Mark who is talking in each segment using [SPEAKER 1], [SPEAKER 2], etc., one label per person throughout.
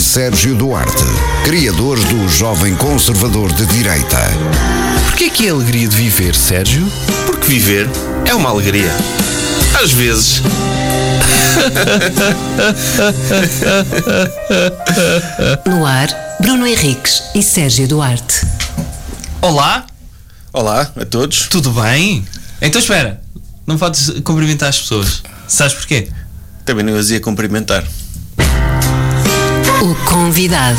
[SPEAKER 1] Sérgio Duarte, criador do Jovem Conservador de Direita.
[SPEAKER 2] Porquê que é a alegria de viver, Sérgio?
[SPEAKER 3] Porque viver é uma alegria. Às vezes.
[SPEAKER 4] No ar, Bruno Henriques e Sérgio Duarte.
[SPEAKER 5] Olá,
[SPEAKER 3] Olá a todos.
[SPEAKER 5] tudo bem? Então espera, não podes cumprimentar as pessoas. Sabes porquê?
[SPEAKER 3] Também não os ia cumprimentar.
[SPEAKER 4] O convidado.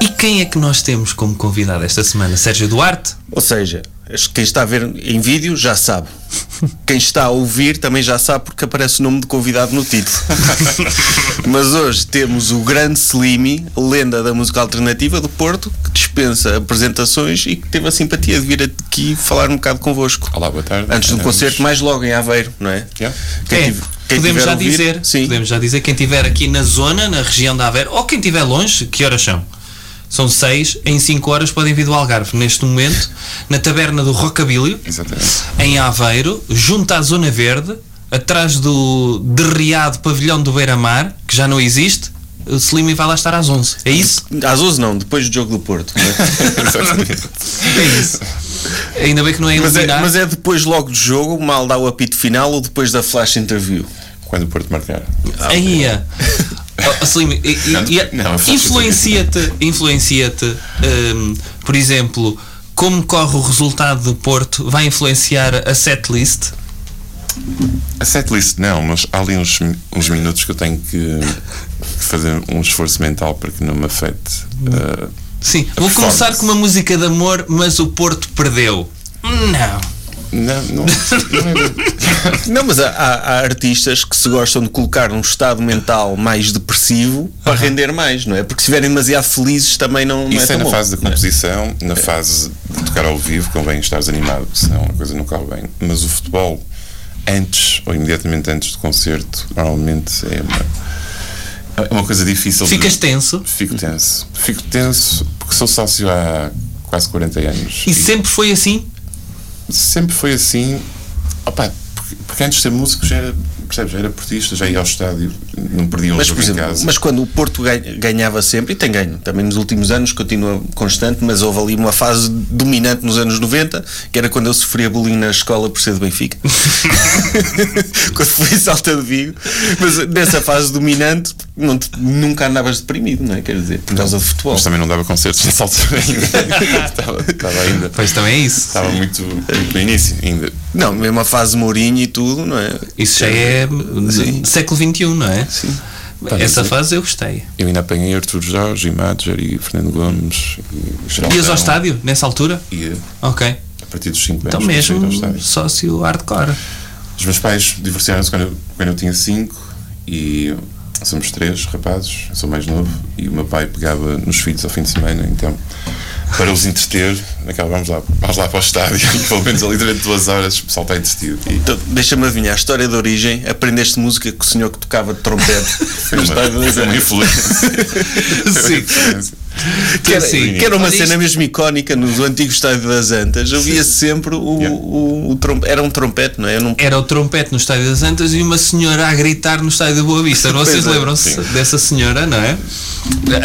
[SPEAKER 5] E quem é que nós temos como convidado esta semana? Sérgio Duarte?
[SPEAKER 3] Ou seja, acho que quem está a ver em vídeo já sabe. Quem está a ouvir também já sabe porque aparece o nome de convidado no título. Mas hoje temos o grande Slimy, lenda da música alternativa do Porto, que dispensa apresentações e que teve a simpatia de vir aqui falar um bocado convosco.
[SPEAKER 6] Olá, boa tarde.
[SPEAKER 3] Antes do
[SPEAKER 6] Andamos-
[SPEAKER 3] concerto, mais logo em Aveiro, não é?
[SPEAKER 6] Yeah.
[SPEAKER 3] Quem
[SPEAKER 5] É,
[SPEAKER 3] tive- quem
[SPEAKER 5] podemos
[SPEAKER 3] tiver
[SPEAKER 5] já
[SPEAKER 3] a ouvir,
[SPEAKER 5] dizer,
[SPEAKER 3] Sim.
[SPEAKER 5] podemos já dizer, quem estiver aqui na zona, na região da Aveiro, ou quem estiver longe, que horas são? São seis, em cinco horas podem vir do Algarve, neste momento, na taberna do Rocabílio,
[SPEAKER 6] Exatamente.
[SPEAKER 5] em Aveiro, junto à Zona Verde, atrás do derriado pavilhão do Beira-Mar, que já não existe, o Slimy vai lá estar às 11. É isso?
[SPEAKER 3] Às 11 não, depois do jogo do Porto. não é?
[SPEAKER 5] É isso. Ainda bem que não é
[SPEAKER 3] Mas é,
[SPEAKER 5] iluminar.
[SPEAKER 3] mas é depois logo do jogo, mal dá o apito final ou depois da flash interview.
[SPEAKER 6] Quando o Porto marcar.
[SPEAKER 5] Aí é. Oh, Slim, e- e-
[SPEAKER 6] Não,
[SPEAKER 5] e-
[SPEAKER 6] não, faz
[SPEAKER 5] influencia-te, influencia-te, hum, por exemplo, como corre o resultado do Porto, vai influenciar a setlist.
[SPEAKER 6] A setlist não, mas há ali uns, uns minutos que eu tenho que fazer um esforço mental para que não me afete. ah,
[SPEAKER 5] Sim,
[SPEAKER 6] A
[SPEAKER 5] vou começar
[SPEAKER 6] performance.
[SPEAKER 5] com uma música de amor, mas o Porto perdeu. Não.
[SPEAKER 6] não, não, não é bem-
[SPEAKER 3] Não, mas há, há- há artistas que se gostam de colocar num estado mental mais depressivo para render mais, não é? Porque se estiverem demasiado felizes também não, não é
[SPEAKER 6] Isso é
[SPEAKER 3] tão
[SPEAKER 6] na
[SPEAKER 3] bom.
[SPEAKER 6] fase da composição, na fase de tocar ao vivo, é um convém estares animado, porque senão a coisa não corre bem. Mas o futebol, antes ou imediatamente antes do concerto, normalmente é uma, é uma coisa difícil. de-
[SPEAKER 5] Ficas tenso
[SPEAKER 6] Fico tenso. Fico tenso porque sou sócio há quase 40 anos.
[SPEAKER 5] e sempre foi assim.
[SPEAKER 6] sempre foi assim. Opa, porque, porque antes de ser músico já era, percebes, já era portista, já ia ao estádio, não perdia um
[SPEAKER 3] Mas,
[SPEAKER 6] jogo
[SPEAKER 3] por
[SPEAKER 6] em
[SPEAKER 3] exemplo,
[SPEAKER 6] casa.
[SPEAKER 3] mas quando o Porto ganha- ganhava sempre, e tem ganho, também nos últimos anos continua constante, mas houve ali uma fase dominante nos anos 90, que era quando eu sofria bullying na escola por ser do Benfica. quando fui salta de Vigo. Mas nessa fase dominante, não te- nunca andavas deprimido, não é? Quer dizer, por causa de futebol.
[SPEAKER 6] Mas também não dava concertos na salsa ainda. estava, estava ainda.
[SPEAKER 5] Pois também é isso.
[SPEAKER 6] Estava muito, muito no início ainda.
[SPEAKER 3] Não, mesmo a fase Mourinho e tudo, não é?
[SPEAKER 5] Isso já é
[SPEAKER 3] Sim.
[SPEAKER 5] do século XXI, não é? Sim. Essa
[SPEAKER 6] Sim.
[SPEAKER 5] fase eu gostei.
[SPEAKER 6] Eu ainda apanhei Artur Jorge, e Madger e Fernando Gomes e Geraldão.
[SPEAKER 3] então-
[SPEAKER 5] Ias ao estádio nessa altura?
[SPEAKER 6] Ia.
[SPEAKER 5] Ok.
[SPEAKER 6] a partir dos 5 anos.
[SPEAKER 5] Então
[SPEAKER 6] comecei a ir ao
[SPEAKER 5] mesmo
[SPEAKER 6] estádio.
[SPEAKER 5] sócio hardcore.
[SPEAKER 6] Os meus pais divorciaram-se quando, eu- quando eu tinha 5 e somos três rapazes, eu sou mais novo e o meu pai pegava nos filhos ao fim de semana, então para os entreter, naquela vamos lá, vamos lá para o estádio e pelo menos ali durante duas horas o pessoal está entretido. E
[SPEAKER 3] Então, deixa-me adivinhar, a história da origem, aprendeste música com o senhor que tocava de trompete
[SPEAKER 6] foi
[SPEAKER 3] no
[SPEAKER 6] uma,
[SPEAKER 3] estádio da
[SPEAKER 6] foi uma influência. Foi uma
[SPEAKER 5] Sim.
[SPEAKER 6] influência.
[SPEAKER 3] Que era,
[SPEAKER 6] assim,
[SPEAKER 5] Sim.
[SPEAKER 3] que era uma
[SPEAKER 5] Olha
[SPEAKER 3] cena
[SPEAKER 5] isto.
[SPEAKER 3] mesmo icónica no antigo estádio das Antas. Havia sempre o,
[SPEAKER 6] Yeah.
[SPEAKER 3] o, o trompete. Era um trompete, não é? Era um-
[SPEAKER 5] Era o trompete no Estádio das Antas e uma senhora a gritar no Estádio da Boa Vista. Vocês
[SPEAKER 3] Pois é,
[SPEAKER 5] lembram-se
[SPEAKER 6] sim.
[SPEAKER 5] dessa senhora, não é?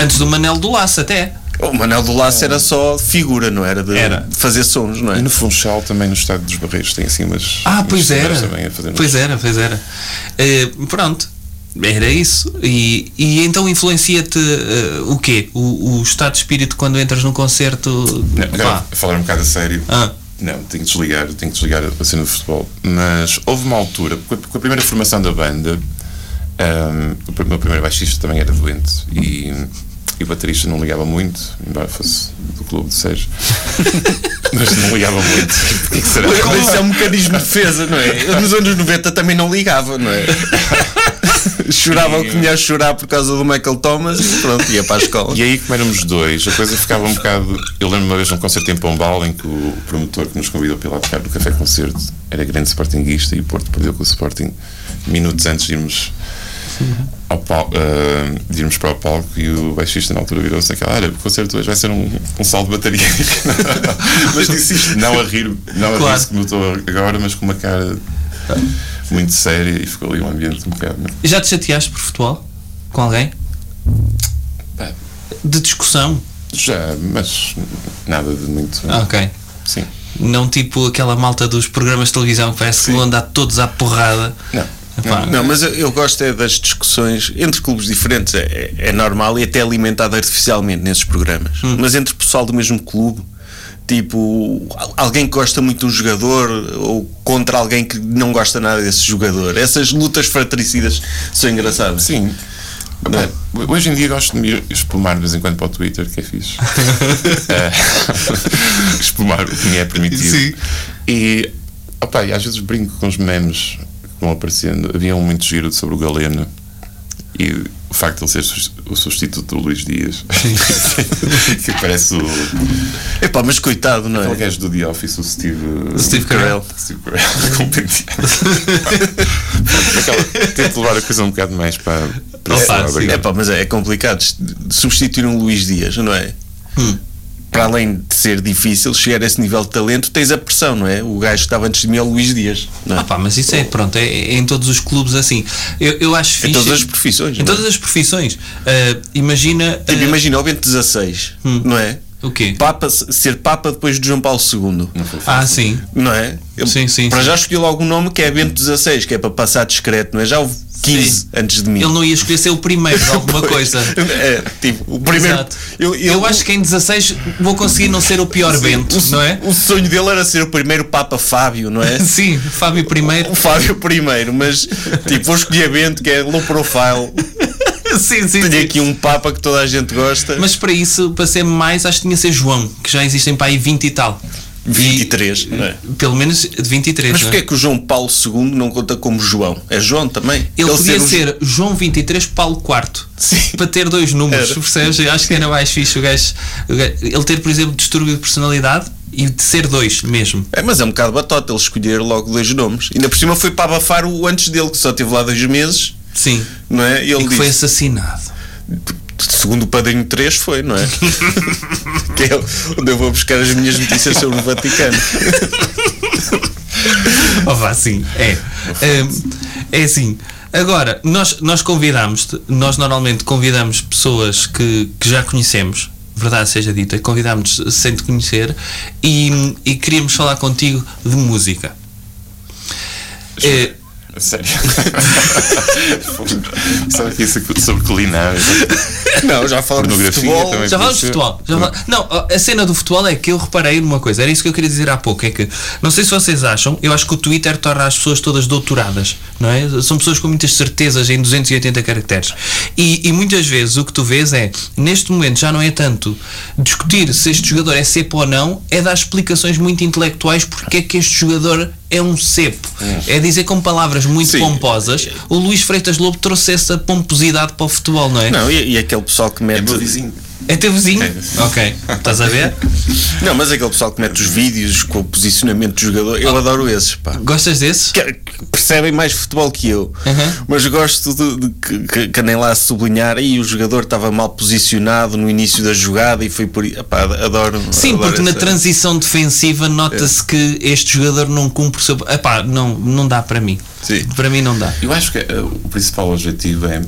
[SPEAKER 5] Antes do Manel do Laço, até.
[SPEAKER 3] O Manel do Laço era só figura, não era? De
[SPEAKER 5] Era.
[SPEAKER 3] de fazer sons, não
[SPEAKER 6] E
[SPEAKER 3] é?
[SPEAKER 6] no Funchal também no estádio dos Barreiros tem assim umas.
[SPEAKER 5] Ah,
[SPEAKER 6] umas
[SPEAKER 5] pois
[SPEAKER 6] cenas
[SPEAKER 5] era.
[SPEAKER 6] Também a fazer
[SPEAKER 5] Pois era, pois era. Eh, pronto. Era isso. E, e então influencia-te eh, o quê? O, o estado de espírito quando entras num concerto.
[SPEAKER 6] Não, agora
[SPEAKER 5] Pá.
[SPEAKER 6] a falar um bocado a sério.
[SPEAKER 5] Ah.
[SPEAKER 6] Não, tenho que desligar, tenho que desligar a cena do futebol. Mas houve uma altura, com a, com a primeira formação da banda, ahm, o pr- meu primeiro baixista também era doente e, e o baterista não ligava muito, embora fosse do clube de Sérgio. mas não ligava muito. O que será?
[SPEAKER 3] Mas Isso é um mecanismo de defesa, não é? Eu nos anos 90 também não ligava, não é? Chorava o que tinha a chorar por causa do Michael Thomas e pronto, ia para a escola.
[SPEAKER 6] E aí, como éramos dois, a coisa ficava um bocado. Eu lembro uma vez num concerto em Pombal em que o promotor que nos convidou para ir lá tocar no Café Concerto era grande sportinguista e o Porto perdeu com o Sporting minutos antes de irmos, ao pal- ah, de irmos para o palco e o baixista na altura virou-se naquela área. O concerto hoje vai ser um, um salto de bateria. mas disse isto, não a rir, não a
[SPEAKER 5] Claro. Tá.
[SPEAKER 6] rir-se como eu estou agora, mas com uma cara. muito séria e ficou ali um ambiente um bocado. né?
[SPEAKER 5] Já te chateaste por futebol? Com alguém?
[SPEAKER 6] Pá,
[SPEAKER 5] De discussão?
[SPEAKER 6] Já, mas nada de muito.
[SPEAKER 5] Ah, ok.
[SPEAKER 6] Sim.
[SPEAKER 5] Não tipo aquela malta dos programas de televisão que parece que vão andar todos à porrada.
[SPEAKER 6] Não.
[SPEAKER 5] Epá,
[SPEAKER 3] Não, mas eu, eu gosto é das discussões entre clubes diferentes, é, é- é normal e até alimentado artificialmente nesses programas.
[SPEAKER 6] Hum.
[SPEAKER 3] Mas entre pessoal do mesmo clube, tipo, al- alguém que gosta muito de um jogador ou contra alguém que não gosta nada desse jogador. Essas lutas fratricidas são engraçadas.
[SPEAKER 6] Sim.
[SPEAKER 3] Não é?
[SPEAKER 6] Bem, Hoje em dia gosto de me espumar de vez em quando para o Twitter, que é fixe. Eh, espumar o que me é permitido.
[SPEAKER 5] Sim.
[SPEAKER 6] E, opa, e às vezes brinco com os memes que vão aparecendo. Havia um muito giro sobre o Galeno e o facto de ele ser sus- o substituto do Luís Dias. que parece o.
[SPEAKER 3] Epá, mas coitado, não
[SPEAKER 6] Aquele
[SPEAKER 3] é?
[SPEAKER 6] gajo do The Office, o Steve.
[SPEAKER 5] Steve Carell.
[SPEAKER 6] Steve Carell, com penteado. Aquela- Tento levar a coisa um bocado mais para. para esse
[SPEAKER 5] Opa, sim.
[SPEAKER 6] lado, agora.
[SPEAKER 3] Epá, mas é, é complicado de substituir um Luís Dias, não é?
[SPEAKER 6] Hum.
[SPEAKER 3] Para além de ser difícil chegar a esse nível de talento, tens a pressão, não é? O gajo que estava antes de mim é o Luís Dias. Não é?
[SPEAKER 5] Ah pá, mas isso é pronto, é, é em todos os clubes assim. Eu, eu acho fixe.
[SPEAKER 3] Em todas as
[SPEAKER 5] Em
[SPEAKER 3] profissões. não é?
[SPEAKER 5] todas as profissões. Ah, imagina.
[SPEAKER 3] Tipo,
[SPEAKER 5] ah,
[SPEAKER 3] imagina o Bento XVI, não é?
[SPEAKER 5] Hum. O quê?
[SPEAKER 3] Papa, ser Papa depois de João Paulo II,
[SPEAKER 5] Ah, sim.
[SPEAKER 3] não é? Eu-
[SPEAKER 5] Sim, sim,
[SPEAKER 3] Para
[SPEAKER 5] sim.
[SPEAKER 3] já escolhi logo um nome que é Bento XVI, que é para passar discreto, não é? Já houve 15
[SPEAKER 5] Sim.
[SPEAKER 3] antes de mim.
[SPEAKER 5] Ele não ia escolher ser o primeiro de alguma coisa.
[SPEAKER 3] É, tipo, o primeiro.
[SPEAKER 5] Exato. Eu, acho que em 16 vou conseguir não ser o pior Bento,
[SPEAKER 3] o,
[SPEAKER 5] não é?
[SPEAKER 3] O sonho dele era ser o primeiro Papa Fábio, não é?
[SPEAKER 5] Sim, Fábio
[SPEAKER 3] o
[SPEAKER 5] primeiro.
[SPEAKER 3] Fábio primeiro, mas tipo, vou escolher Bento, que é low profile.
[SPEAKER 5] Sim, sim,
[SPEAKER 3] Tenho
[SPEAKER 5] sim.
[SPEAKER 3] aqui um Papa que toda a gente gosta.
[SPEAKER 5] um- Mas para isso, para ser mais, acho que tinha de ser João, que já existem para aí 20 e tal.
[SPEAKER 3] 23, não é?
[SPEAKER 5] E, pelo menos de 23.
[SPEAKER 3] Mas
[SPEAKER 5] não é?
[SPEAKER 3] porquê é que o João Paulo II não conta como João? É João também?
[SPEAKER 5] Ele podia
[SPEAKER 3] um-
[SPEAKER 5] ser João 23, Paulo 4
[SPEAKER 3] Sim.
[SPEAKER 5] para ter dois números,
[SPEAKER 3] Era.
[SPEAKER 5] percebes? Eu acho que era mais fixe o gajo, o gajo- ele ter, por exemplo, distúrbio de personalidade e de ser dois mesmo.
[SPEAKER 3] É, mas é um bocado batota ele escolher logo dois nomes. Ainda por cima foi para abafar o antes dele, que só teve lá dois meses,
[SPEAKER 5] Sim.
[SPEAKER 3] não é? E ele
[SPEAKER 5] e que
[SPEAKER 3] disse,
[SPEAKER 5] foi assassinado.
[SPEAKER 3] segundo o padrinho 3 foi, não é? que é onde eu vou buscar as minhas notícias sobre o Vaticano.
[SPEAKER 5] Oh, vá, sim, é. Ahm, é assim. Agora, nós, nós convidamos, nós normalmente convidamos pessoas que, que já conhecemos, verdade seja dita, convidamos sem te conhecer e, e queríamos falar contigo de música. Eh,
[SPEAKER 6] Sério. Sabe que isso aqui sobre culinária?
[SPEAKER 3] Não, já falamos de
[SPEAKER 6] Pornografia
[SPEAKER 3] futebol.
[SPEAKER 6] também.
[SPEAKER 5] Já falamos de
[SPEAKER 6] Isso-
[SPEAKER 5] futebol. já fala- Não, a cena do futebol é que eu reparei numa coisa, era isso que eu queria dizer há pouco, é que não sei se vocês acham, eu acho que o Twitter torna as pessoas todas doutoradas, não é? São pessoas com muitas certezas em 280 caracteres. E, e muitas vezes o que tu vês é, neste momento já não é tanto discutir se este jogador é cepo ou não, é dar explicações muito intelectuais porque é que este jogador é um cepo. É dizer com palavras muito
[SPEAKER 3] Sim.
[SPEAKER 5] pomposas, o Luís Freitas Lobo trouxe essa pomposidade para o futebol, não é?
[SPEAKER 3] Não, e, e aquele pessoal que
[SPEAKER 6] É
[SPEAKER 3] mete.
[SPEAKER 6] meu vizinho.
[SPEAKER 5] É teu vizinho? Ok, estás a ver?
[SPEAKER 3] não, mas aquele pessoal que mete os vídeos com o posicionamento do jogador,
[SPEAKER 5] Ah.
[SPEAKER 3] eu adoro esses, pá.
[SPEAKER 5] Gostas desse?
[SPEAKER 3] que- que percebem mais futebol que eu,
[SPEAKER 5] Uhum.
[SPEAKER 3] mas gosto de, de que, que, que nem lá sublinhar aí o jogador estava mal posicionado no início da jogada e foi por aí. Epá, adoro.
[SPEAKER 5] Sim,
[SPEAKER 3] adoro
[SPEAKER 5] porque na
[SPEAKER 3] essa-
[SPEAKER 5] transição defensiva
[SPEAKER 6] É.
[SPEAKER 5] nota-se que este jogador não cumpre o seu. Epá, não, não dá para mim.
[SPEAKER 3] Sim.
[SPEAKER 5] Para mim não dá.
[SPEAKER 6] Eu acho que eh, o principal objetivo é.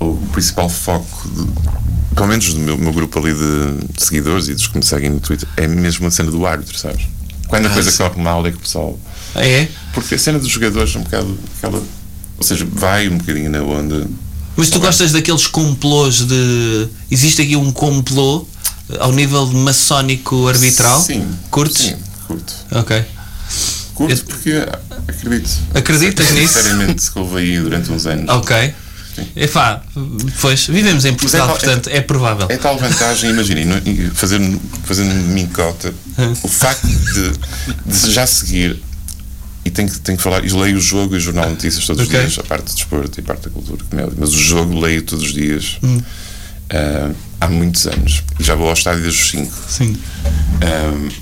[SPEAKER 6] ou O principal foco, de- pelo menos do meu, meu grupo ali de seguidores e dos que me seguem no Twitter, é mesmo a cena do árbitro, sabes? Quando a coisa corre mal é que o pessoal.
[SPEAKER 5] É?
[SPEAKER 6] Porque a cena dos jogadores é um bocado aquela. Ou seja, vai um bocadinho na onda.
[SPEAKER 5] Mas tu gostas daqueles complôs de. Existe aqui um complô eh, ao nível de maçónico arbitral?
[SPEAKER 6] Sim.
[SPEAKER 5] Curtes?
[SPEAKER 6] Sim, curto.
[SPEAKER 5] Ok.
[SPEAKER 6] Curto
[SPEAKER 5] Eu-
[SPEAKER 6] porque ah, acredito.
[SPEAKER 5] Acreditas nisso?
[SPEAKER 6] Sinceramente, que houve aí durante uns anos.
[SPEAKER 5] Ok. Epá, pois, vivemos em Portugal,
[SPEAKER 6] Mas é tal-
[SPEAKER 5] portanto é provável.
[SPEAKER 6] É tal vantagem, imaginem, no- e fazendo, fazendo micota, o facto de, de já seguir e tenho que, tenho que falar, e leio o jogo e o jornal de notícias todos
[SPEAKER 5] Ok.
[SPEAKER 6] os dias, a parte do desporto e a parte da cultura, como é óbvio, mas o jogo leio todos os dias ah, há muitos anos e já vou ao estádio desde os 5.
[SPEAKER 5] Sim.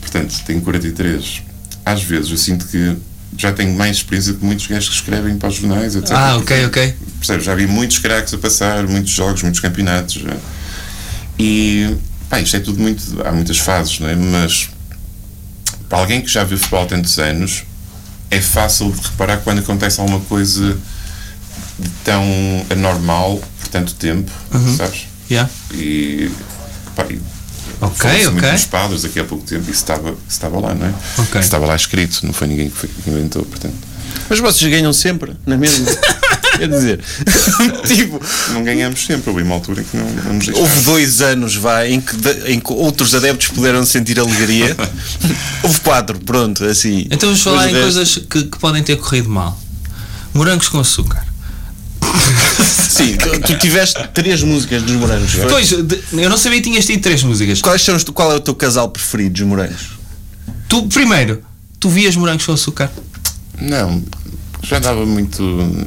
[SPEAKER 6] portanto, tenho 43. Às vezes eu sinto que já tenho mais experiência que muitos gajos que escrevem para os jornais, etc.
[SPEAKER 5] Ah, ok, ok.
[SPEAKER 6] Percebes? Já vi muitos craques a passar, muitos jogos, muitos campeonatos. já. E pá, isto é tudo muito. Há muitas fases, não é? Mas para alguém que já viu futebol há tantos anos, é fácil de reparar quando acontece alguma coisa de tão anormal por tanto tempo,
[SPEAKER 5] Uhum.
[SPEAKER 6] sabes?
[SPEAKER 5] Yeah.
[SPEAKER 6] E, pá, e
[SPEAKER 5] Ok,
[SPEAKER 6] falou-se muito
[SPEAKER 5] ok.
[SPEAKER 6] dos padres daqui a pouco tempo, isso estava, isso estava lá, não é?
[SPEAKER 5] Ok.
[SPEAKER 6] Isso Estava lá escrito, não foi ninguém que, foi- que inventou, portanto.
[SPEAKER 3] Mas vocês ganham sempre, na mesma. Quer dizer, tipo,
[SPEAKER 6] Não ganhamos sempre, houve uma altura em que não, não nos
[SPEAKER 3] houve
[SPEAKER 6] deixaram.
[SPEAKER 3] dois anos, vá, em que, de- em que outros adeptos puderam sentir alegria. houve quatro, pronto, assim.
[SPEAKER 5] Então vamos falar
[SPEAKER 3] Mas
[SPEAKER 5] em
[SPEAKER 3] o resto-
[SPEAKER 5] coisas que, que podem ter corrido mal. Morangos com açúcar.
[SPEAKER 3] Sim, tu, tu tiveste três músicas dos morangos. foi?
[SPEAKER 5] Pois, de- eu não sabia que tinhas tido três músicas.
[SPEAKER 3] Quais são os, qual é o teu casal preferido dos morangos?
[SPEAKER 5] Tu, primeiro, tu vias morangos com açúcar?
[SPEAKER 6] Não, já andava muito hum,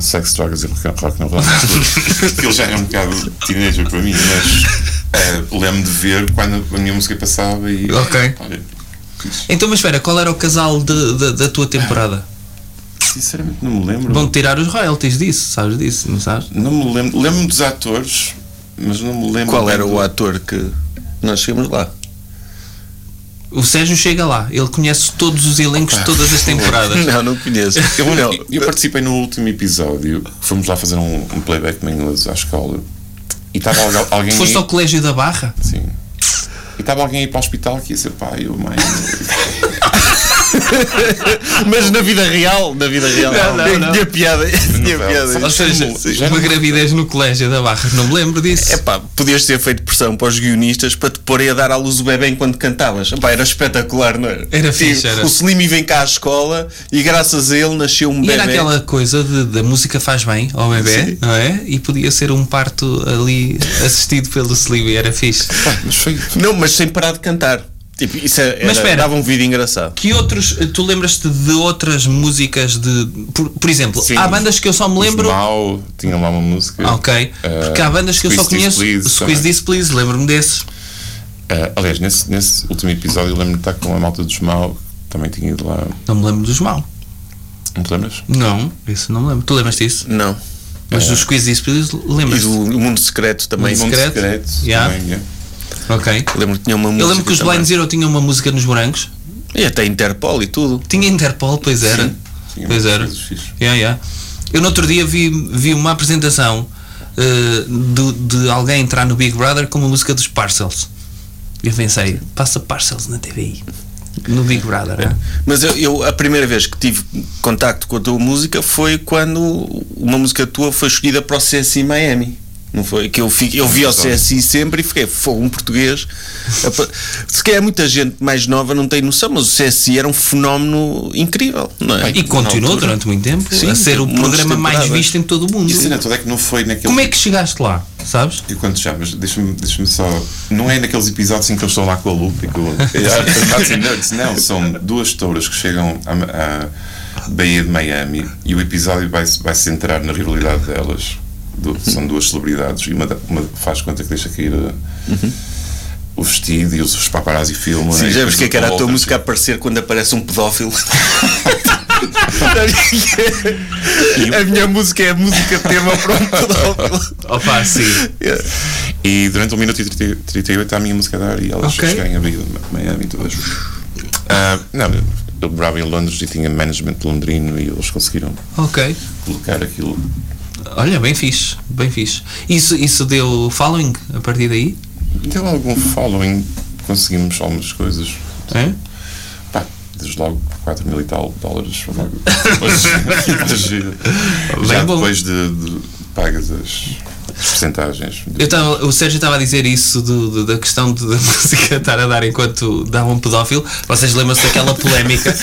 [SPEAKER 6] sexo, drogas e rock rock and roll. na altura. Aquilo já era um bocado teenager para mim, mas eh, lembro de ver quando a minha música passava e.
[SPEAKER 5] Ok.
[SPEAKER 6] Olha,
[SPEAKER 5] Então, mas espera, qual era o casal de- de- da tua temporada?
[SPEAKER 6] sinceramente não me lembro.
[SPEAKER 5] Vão tirar os royalties disso, sabes disso, não sabes?
[SPEAKER 6] Não me lembro. Lembro-me dos atores, mas não me lembro.
[SPEAKER 3] Qual era
[SPEAKER 6] do-
[SPEAKER 3] o ator que nós chegamos lá?
[SPEAKER 5] O Sérgio chega lá, ele conhece todos os elencos de todas as temporadas.
[SPEAKER 3] Não, não conheço.
[SPEAKER 6] Eu,
[SPEAKER 3] não.
[SPEAKER 6] eu- eu participei no último episódio, fomos lá fazer um, um playback em inglês à escola e estava algu- alguém.
[SPEAKER 5] Tu Foste ao Colégio da Barra?
[SPEAKER 6] Sim. E estava alguém aí para o hospital que ia ser pá, eu, mãe.
[SPEAKER 3] Mas na vida real, na vida real.
[SPEAKER 5] Não, não,
[SPEAKER 3] Eu
[SPEAKER 5] não.
[SPEAKER 3] Tinha piada. Tinha
[SPEAKER 6] novela.
[SPEAKER 3] piada.
[SPEAKER 5] Ou seja,
[SPEAKER 6] já
[SPEAKER 5] uma
[SPEAKER 6] não-
[SPEAKER 5] gravidez no Colégio da Barra, não me lembro disso.
[SPEAKER 3] É pá, podias ter feito pressão para os guionistas para te porem a dar à luz o bebê enquanto cantavas. Epá, era espetacular, não era?
[SPEAKER 5] Era
[SPEAKER 3] Tipo,
[SPEAKER 5] fixe, era.
[SPEAKER 3] O Slimy vem cá à escola e graças a ele nasceu um
[SPEAKER 5] E
[SPEAKER 3] bebê.
[SPEAKER 5] era aquela coisa de- da música faz bem ao bebê,
[SPEAKER 3] Sim.
[SPEAKER 5] não é? E podia ser um parto ali assistido pelo Sleepy, era fixe.
[SPEAKER 6] Pá, mas foi.
[SPEAKER 3] Não, mas sem parar de cantar. Tipo, isso era,
[SPEAKER 5] Mas espera.
[SPEAKER 3] dava um vídeo engraçado.
[SPEAKER 5] Que outros, tu lembras-te de outras músicas de. Por, por exemplo,
[SPEAKER 6] Sim,
[SPEAKER 5] há bandas que eu só me lembro.
[SPEAKER 6] Mal, tinha lá uma música.
[SPEAKER 5] Ah, Ok,
[SPEAKER 3] Eh,
[SPEAKER 5] porque há bandas que eu só conheço. Squeeze
[SPEAKER 6] disso.
[SPEAKER 5] This Please, lembro-me desses.
[SPEAKER 6] Eh, aliás, nesse, nesse último episódio eu lembro-me de estar com a malta dos Mal, que também tinha ido lá. um
[SPEAKER 5] Não me lembro dos mal.
[SPEAKER 6] Não te lembras?
[SPEAKER 5] Não, isso não me lembro. Tu lembras disso?
[SPEAKER 3] Não.
[SPEAKER 5] Mas dos Squeeze This Please,
[SPEAKER 3] É. E
[SPEAKER 5] lembras-te.
[SPEAKER 3] do o Mundo Secreto também.
[SPEAKER 5] Mundo Secreto.
[SPEAKER 6] Secreto,
[SPEAKER 5] Yeah.
[SPEAKER 6] também, yeah.
[SPEAKER 5] Ok.
[SPEAKER 3] Lembro que tinha uma música.
[SPEAKER 5] Eu lembro que os
[SPEAKER 3] também.
[SPEAKER 5] Blind Zero tinham uma música nos morangos.
[SPEAKER 3] E até Interpol e tudo.
[SPEAKER 5] Tinha Interpol, pois era.
[SPEAKER 6] Tinha
[SPEAKER 5] pois
[SPEAKER 6] muitas
[SPEAKER 5] era.
[SPEAKER 6] coisas fixe.
[SPEAKER 5] Yeah, yeah. Eu no outro dia vi, vi uma apresentação eh, do- de, alguém entrar no Big Brother com uma música dos Parcels. E eu pensei, passa Parcels na TVI. No Big Brother, né?
[SPEAKER 3] Mas eu, eu- a primeira vez que tive contacto com a tua música foi quando uma música tua foi escolhida para o CSI Miami. Não foi? Que eu, fiquei, eu vi o CSI sempre e fiquei, fogo, um português. Apa- Se calhar é muita gente mais nova não tem noção, mas o CSI era um fenómeno incrível, não é?
[SPEAKER 5] E continuou durante muito tempo
[SPEAKER 3] Sim,
[SPEAKER 5] a ser o
[SPEAKER 3] muitas
[SPEAKER 5] programa mais
[SPEAKER 3] temporadas.
[SPEAKER 5] visto em todo o mundo.
[SPEAKER 6] E a cena toda é que não foi naquele.
[SPEAKER 5] Como é que chegaste lá, sabes?
[SPEAKER 6] E quanto já, mas deixa-me deixa só. Não é naqueles episódios em que eles estão lá com a lupa e com É, a. nerds, não, são duas touras que chegam à, à Baía de Miami e o episódio vai, se- vai se centrar na rivalidade delas. Du-
[SPEAKER 3] Uhum.
[SPEAKER 6] são duas celebridades e uma, da- uma faz conta que deixa cair uh, o vestido e os, os paparazzi filmam.
[SPEAKER 3] Uhum. Sim,
[SPEAKER 6] né, e
[SPEAKER 3] já
[SPEAKER 6] depois
[SPEAKER 3] vos que é que era a tua
[SPEAKER 6] volta.
[SPEAKER 3] música a aparecer quando aparece um pedófilo. a minha música é a música tema para um pedófilo.
[SPEAKER 5] Opa, sim.
[SPEAKER 6] E durante 1 minuto e 30 38 está a minha música a dar e elas
[SPEAKER 5] Ok.
[SPEAKER 6] chegarem a Baía de Miami todas. Ah, não, eu morava em Londres e tinha management londrino e eles conseguiram
[SPEAKER 5] Ok.
[SPEAKER 6] colocar aquilo.
[SPEAKER 5] Olha, bem fixe, bem fixe. Isso, isso deu following a partir daí?
[SPEAKER 6] Deu Então, algum following, conseguimos algumas coisas.
[SPEAKER 5] É?
[SPEAKER 6] Pá, desde logo 4 mil e tal dólares. foi logo. Depois, depois, já
[SPEAKER 5] Bem bom.
[SPEAKER 6] depois de, de pagas as as percentagens.
[SPEAKER 5] Eu tava, o Sérgio estava a dizer isso do- do- da questão de- da música estar a dar enquanto dava um pedófilo. Vocês lembram-se daquela polémica?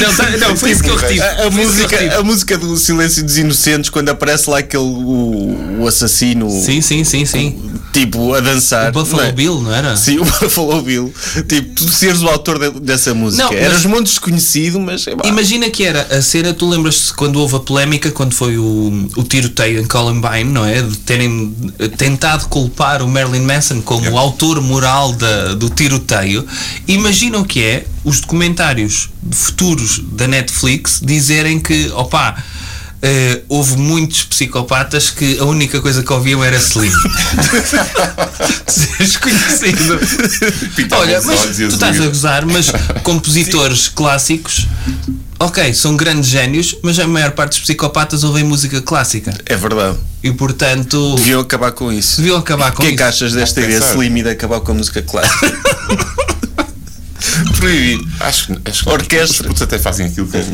[SPEAKER 5] não, tá- não, foi isso que eu retive.
[SPEAKER 3] A, a
[SPEAKER 5] Foi isso que eu retive.
[SPEAKER 3] música, a música do Silêncio dos Inocentes, quando aparece lá aquele o, o assassino,
[SPEAKER 5] Sim, sim, sim, sim.
[SPEAKER 3] tipo, a dançar.
[SPEAKER 5] O Buffalo
[SPEAKER 3] não é?
[SPEAKER 5] Bill, não era?
[SPEAKER 3] Sim, o Buffalo Bill. Tipo, tu seres o autor de- dessa música.
[SPEAKER 5] Não, mas-
[SPEAKER 3] Eras muito desconhecido, mas. epá,
[SPEAKER 5] Imagina que era a cena, tu lembras-te quando houve a polémica, quando foi o, o tiroteio em Columbine, não é? De terem eh, tentado culpar o Marilyn Manson como o autor moral da- do tiroteio. Imagina o que é os documentários futuros da Netflix dizerem que, opá, eh, houve muitos psicopatas que a única coisa que ouviam era Slim. Seres conhecido.
[SPEAKER 6] Pintavam
[SPEAKER 5] Olha,
[SPEAKER 6] os
[SPEAKER 5] mas
[SPEAKER 6] olhos e
[SPEAKER 5] tu
[SPEAKER 6] as
[SPEAKER 5] estás a
[SPEAKER 6] unhas.
[SPEAKER 5] gozar, mas compositores clássicos, ok, são grandes génios, mas a maior parte dos psicopatas ouvem música clássica.
[SPEAKER 3] É verdade.
[SPEAKER 5] E portanto,
[SPEAKER 3] Deviam acabar com isso.
[SPEAKER 5] deviam acabar
[SPEAKER 3] O
[SPEAKER 5] com
[SPEAKER 3] que é
[SPEAKER 5] isso.
[SPEAKER 3] que achas desta
[SPEAKER 6] Vou
[SPEAKER 3] ideia
[SPEAKER 6] pensar.
[SPEAKER 3] slim de acabar com a música clássica? Proibir.
[SPEAKER 6] Acho que, acho que
[SPEAKER 3] Orquestra.
[SPEAKER 6] Os putos até fazem aquilo que eles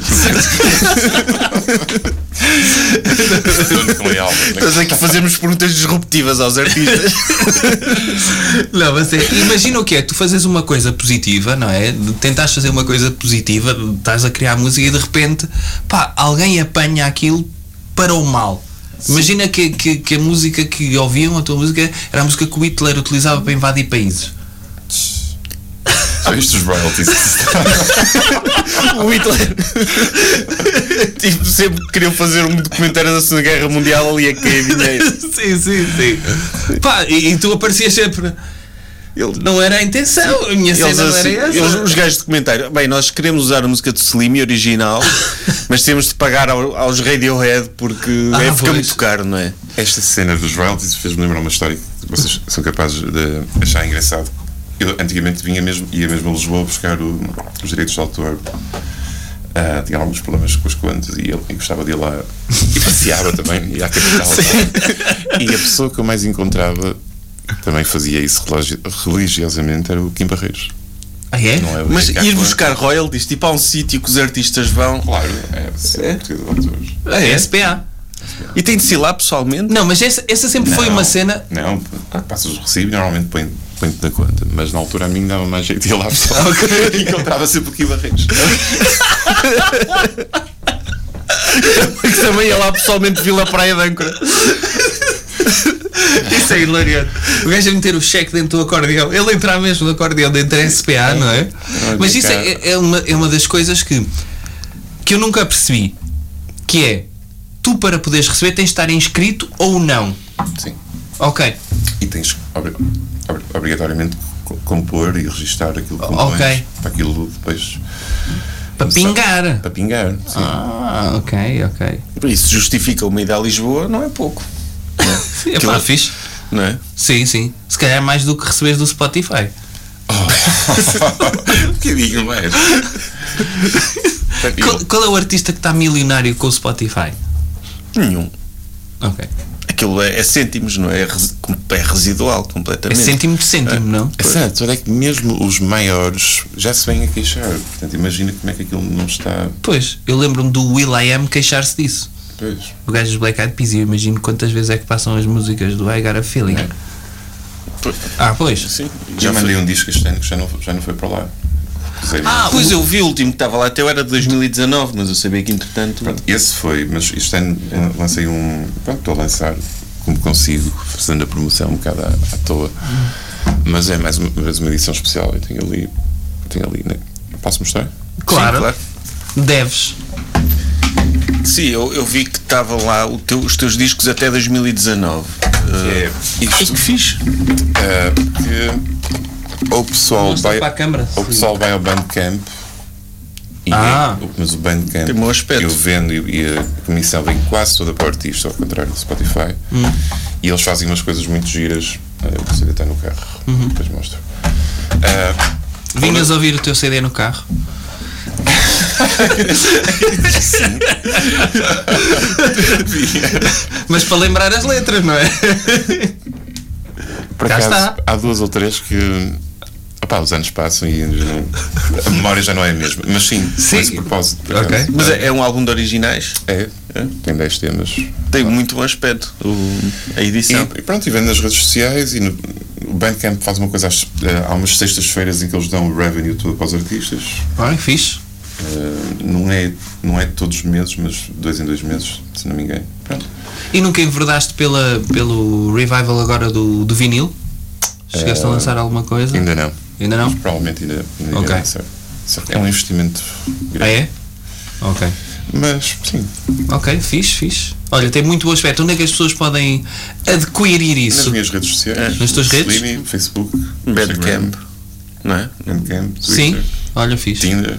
[SPEAKER 6] é
[SPEAKER 3] Estás aqui a fazermos perguntas disruptivas aos artistas.
[SPEAKER 5] Não, mas é, imagina o que é, tu fazes uma coisa positiva, não é? Tentas fazer uma coisa positiva, estás a criar música e de repente, pá, alguém apanha aquilo para o mal. Imagina que, que, que a música que ouviam, a tua música, era a música que o Hitler utilizava para invadir países.
[SPEAKER 6] Já viste os royalties?
[SPEAKER 3] o Hitler. tipo, sempre que queriam fazer um documentário da Segunda Guerra Mundial ali a cair dinheiro.
[SPEAKER 5] sim, sim, sim. Pá, e, e tu aparecias sempre.
[SPEAKER 3] Ele-
[SPEAKER 5] Não era a intenção, a minha cena
[SPEAKER 3] Eles,
[SPEAKER 5] não era
[SPEAKER 3] assim,
[SPEAKER 5] essa.
[SPEAKER 3] eles- os gajos de documentário, bem, nós queremos usar a música do Slim original, mas temos de pagar ao- aos Radiohead porque
[SPEAKER 5] Ah,
[SPEAKER 3] é, fica
[SPEAKER 5] pois.
[SPEAKER 3] muito caro, não é?
[SPEAKER 6] Esta cena dos royalties fez-me lembrar uma história que vocês são capazes de achar engraçado. Eu antigamente vinha mesmo, ia mesmo a Lisboa buscar o- os direitos de autor. Ah, tinha alguns problemas com as contas e ele e gostava de ir lá e passeava também, ia à capital. E a pessoa que eu mais encontrava que também fazia isso religi- religiosamente era o Kim Barreiros.
[SPEAKER 5] Ah, é?
[SPEAKER 6] Não é o
[SPEAKER 3] Mas
[SPEAKER 6] Ricardo
[SPEAKER 3] ir
[SPEAKER 6] Cunha.
[SPEAKER 3] buscar royalties, tipo há um sítio que os artistas vão
[SPEAKER 6] Claro, é, sim,
[SPEAKER 3] É?
[SPEAKER 6] português de autores.
[SPEAKER 5] Ah, é? SPA.
[SPEAKER 3] e tem de se ir lá pessoalmente.
[SPEAKER 5] Não, mas essa, essa sempre foi
[SPEAKER 6] Não,
[SPEAKER 5] uma cena.
[SPEAKER 6] Não, passas o recibo e normalmente põe- põe-te na conta. Mas na altura a mim dava mais jeito de ir lá só. Encontrava sempre o Kim Barreiros.
[SPEAKER 3] Porque também ia lá pessoalmente Vila Praia de Âncora.
[SPEAKER 5] Isso é hilariante. O gajo a meter o cheque dentro do acordeão. Ele entrar mesmo no acordeão dentro da SPA, não é? Mas isso é, é, uma, é uma das coisas que, que eu nunca percebi. Que é, tu para poderes receber tens de estar inscrito ou não.
[SPEAKER 6] Sim.
[SPEAKER 5] Ok,
[SPEAKER 6] E tens que obri- obri- obrigatoriamente co- compor e registar aquilo que compões
[SPEAKER 5] ok.
[SPEAKER 6] para aquilo depois
[SPEAKER 5] para
[SPEAKER 6] Começar.
[SPEAKER 5] pingar.
[SPEAKER 6] para pingar. Sim.
[SPEAKER 5] é Ah, ok, ok.
[SPEAKER 3] Isso justifica uma ida a Lisboa, não é pouco,
[SPEAKER 5] É pá,
[SPEAKER 3] Aquilo-
[SPEAKER 5] fixe.
[SPEAKER 3] não é?
[SPEAKER 5] Sim, sim. Se calhar é mais do que recebes do Spotify.
[SPEAKER 6] um bocadinho mais.
[SPEAKER 5] Qual, qual é o artista que está milionário com o Spotify?
[SPEAKER 3] Nenhum.
[SPEAKER 5] Ok.
[SPEAKER 3] Aquilo é, é cêntimos, não é? É resi- é residual
[SPEAKER 5] É
[SPEAKER 3] completamente.
[SPEAKER 5] cêntimo de cêntimo, não?
[SPEAKER 6] Exato, É olha que mesmo os maiores já se vêm a queixar. Portanto, imagina como é que aquilo não está.
[SPEAKER 5] Pois, eu lembro-me do Will I Am queixar-se disso.
[SPEAKER 6] Pois.
[SPEAKER 5] O gajo dos Black Eyed Peas, e eu imagino quantas vezes é que passam as músicas do I Got a Feeling. Ah, pois.
[SPEAKER 3] Sim.
[SPEAKER 6] Já
[SPEAKER 3] Já
[SPEAKER 6] mandei
[SPEAKER 3] foi.
[SPEAKER 6] um disco este ano que já não, já não foi para lá. Usei
[SPEAKER 5] Ah,
[SPEAKER 3] Pois eu vi o último que estava lá, até eu era de 2019, mas eu sabia que entretanto.
[SPEAKER 6] Pronto, esse foi, mas este ano eh, lancei um. Pronto, estou a lançar como consigo, fazendo a promoção um bocado à, à toa. Mas é mais uma vez uma edição especial. Eu tenho ali. Tenho ali, né? Posso mostrar?
[SPEAKER 5] Claro.
[SPEAKER 3] Sim, claro.
[SPEAKER 5] Deves.
[SPEAKER 3] Sim, eu, eu vi que estavam lá o teu- os teus discos até 2019. Eh,
[SPEAKER 6] É.
[SPEAKER 3] Isto que fiz.
[SPEAKER 6] Eh, que ou o pessoal
[SPEAKER 5] Mostra
[SPEAKER 6] vai.
[SPEAKER 5] para a câmara,
[SPEAKER 6] Ou o
[SPEAKER 5] sim.
[SPEAKER 6] pessoal vai ao Bandcamp. E
[SPEAKER 5] Ah.
[SPEAKER 6] mas o Bandcamp
[SPEAKER 3] Tem mau aspecto.
[SPEAKER 6] eu vendo e, e a comissão vem quase toda para o artista, ao contrário do Spotify.
[SPEAKER 5] Hum.
[SPEAKER 6] E eles fazem umas coisas muito giras. Ah, Eu consigo estar no carro,
[SPEAKER 5] Uhum.
[SPEAKER 6] depois mostro. Ah,
[SPEAKER 5] Vinhas ouvir o teu CD no carro. Mas para lembrar as letras, não é?
[SPEAKER 6] Por
[SPEAKER 5] Cá
[SPEAKER 6] acaso,
[SPEAKER 5] está.
[SPEAKER 6] há duas ou três que. Opá, os anos passam e já não- a memória já não é a mesma. Mas sim,
[SPEAKER 5] Sim.
[SPEAKER 6] com esse propósito. por
[SPEAKER 5] Ok.
[SPEAKER 6] acaso.
[SPEAKER 3] Mas é, é um álbum de originais.
[SPEAKER 6] É, tem 10 temas.
[SPEAKER 3] Tem muito bom aspecto o- a
[SPEAKER 6] E,
[SPEAKER 3] edição.
[SPEAKER 6] e pronto, e vendo nas redes sociais e no, o Bandcamp faz uma coisa às, eh, há umas sextas-feiras em que eles dão o revenue todo para os artistas.
[SPEAKER 5] Olha, é fixe.
[SPEAKER 6] Eh, não, é, não é todos os meses, mas dois em dois meses, se não me engano. Pronto.
[SPEAKER 5] E nunca enverdaste pela, pelo revival agora do, do vinil? Chegaste a lançar alguma coisa?
[SPEAKER 6] Eh, Ainda não.
[SPEAKER 5] Ainda não?
[SPEAKER 6] Mas provavelmente ainda, ainda
[SPEAKER 5] Ok.
[SPEAKER 6] não sei. Só que É um investimento grande.
[SPEAKER 5] Ah, é? Ok.
[SPEAKER 6] Mas sim,
[SPEAKER 5] Ok, fixe, fixe. Olha, tem muito bom aspecto. Onde é que as pessoas podem adquirir
[SPEAKER 6] nas
[SPEAKER 5] isso? Ah,
[SPEAKER 6] minhas redes sociais.
[SPEAKER 5] Nas tuas redes?
[SPEAKER 6] Slimy, Facebook,
[SPEAKER 3] Bandcamp.
[SPEAKER 6] Instagram.
[SPEAKER 3] Não é?
[SPEAKER 6] Bandcamp,
[SPEAKER 5] Sim.
[SPEAKER 6] Twitter.
[SPEAKER 5] Olha, fixe.
[SPEAKER 6] Tinder.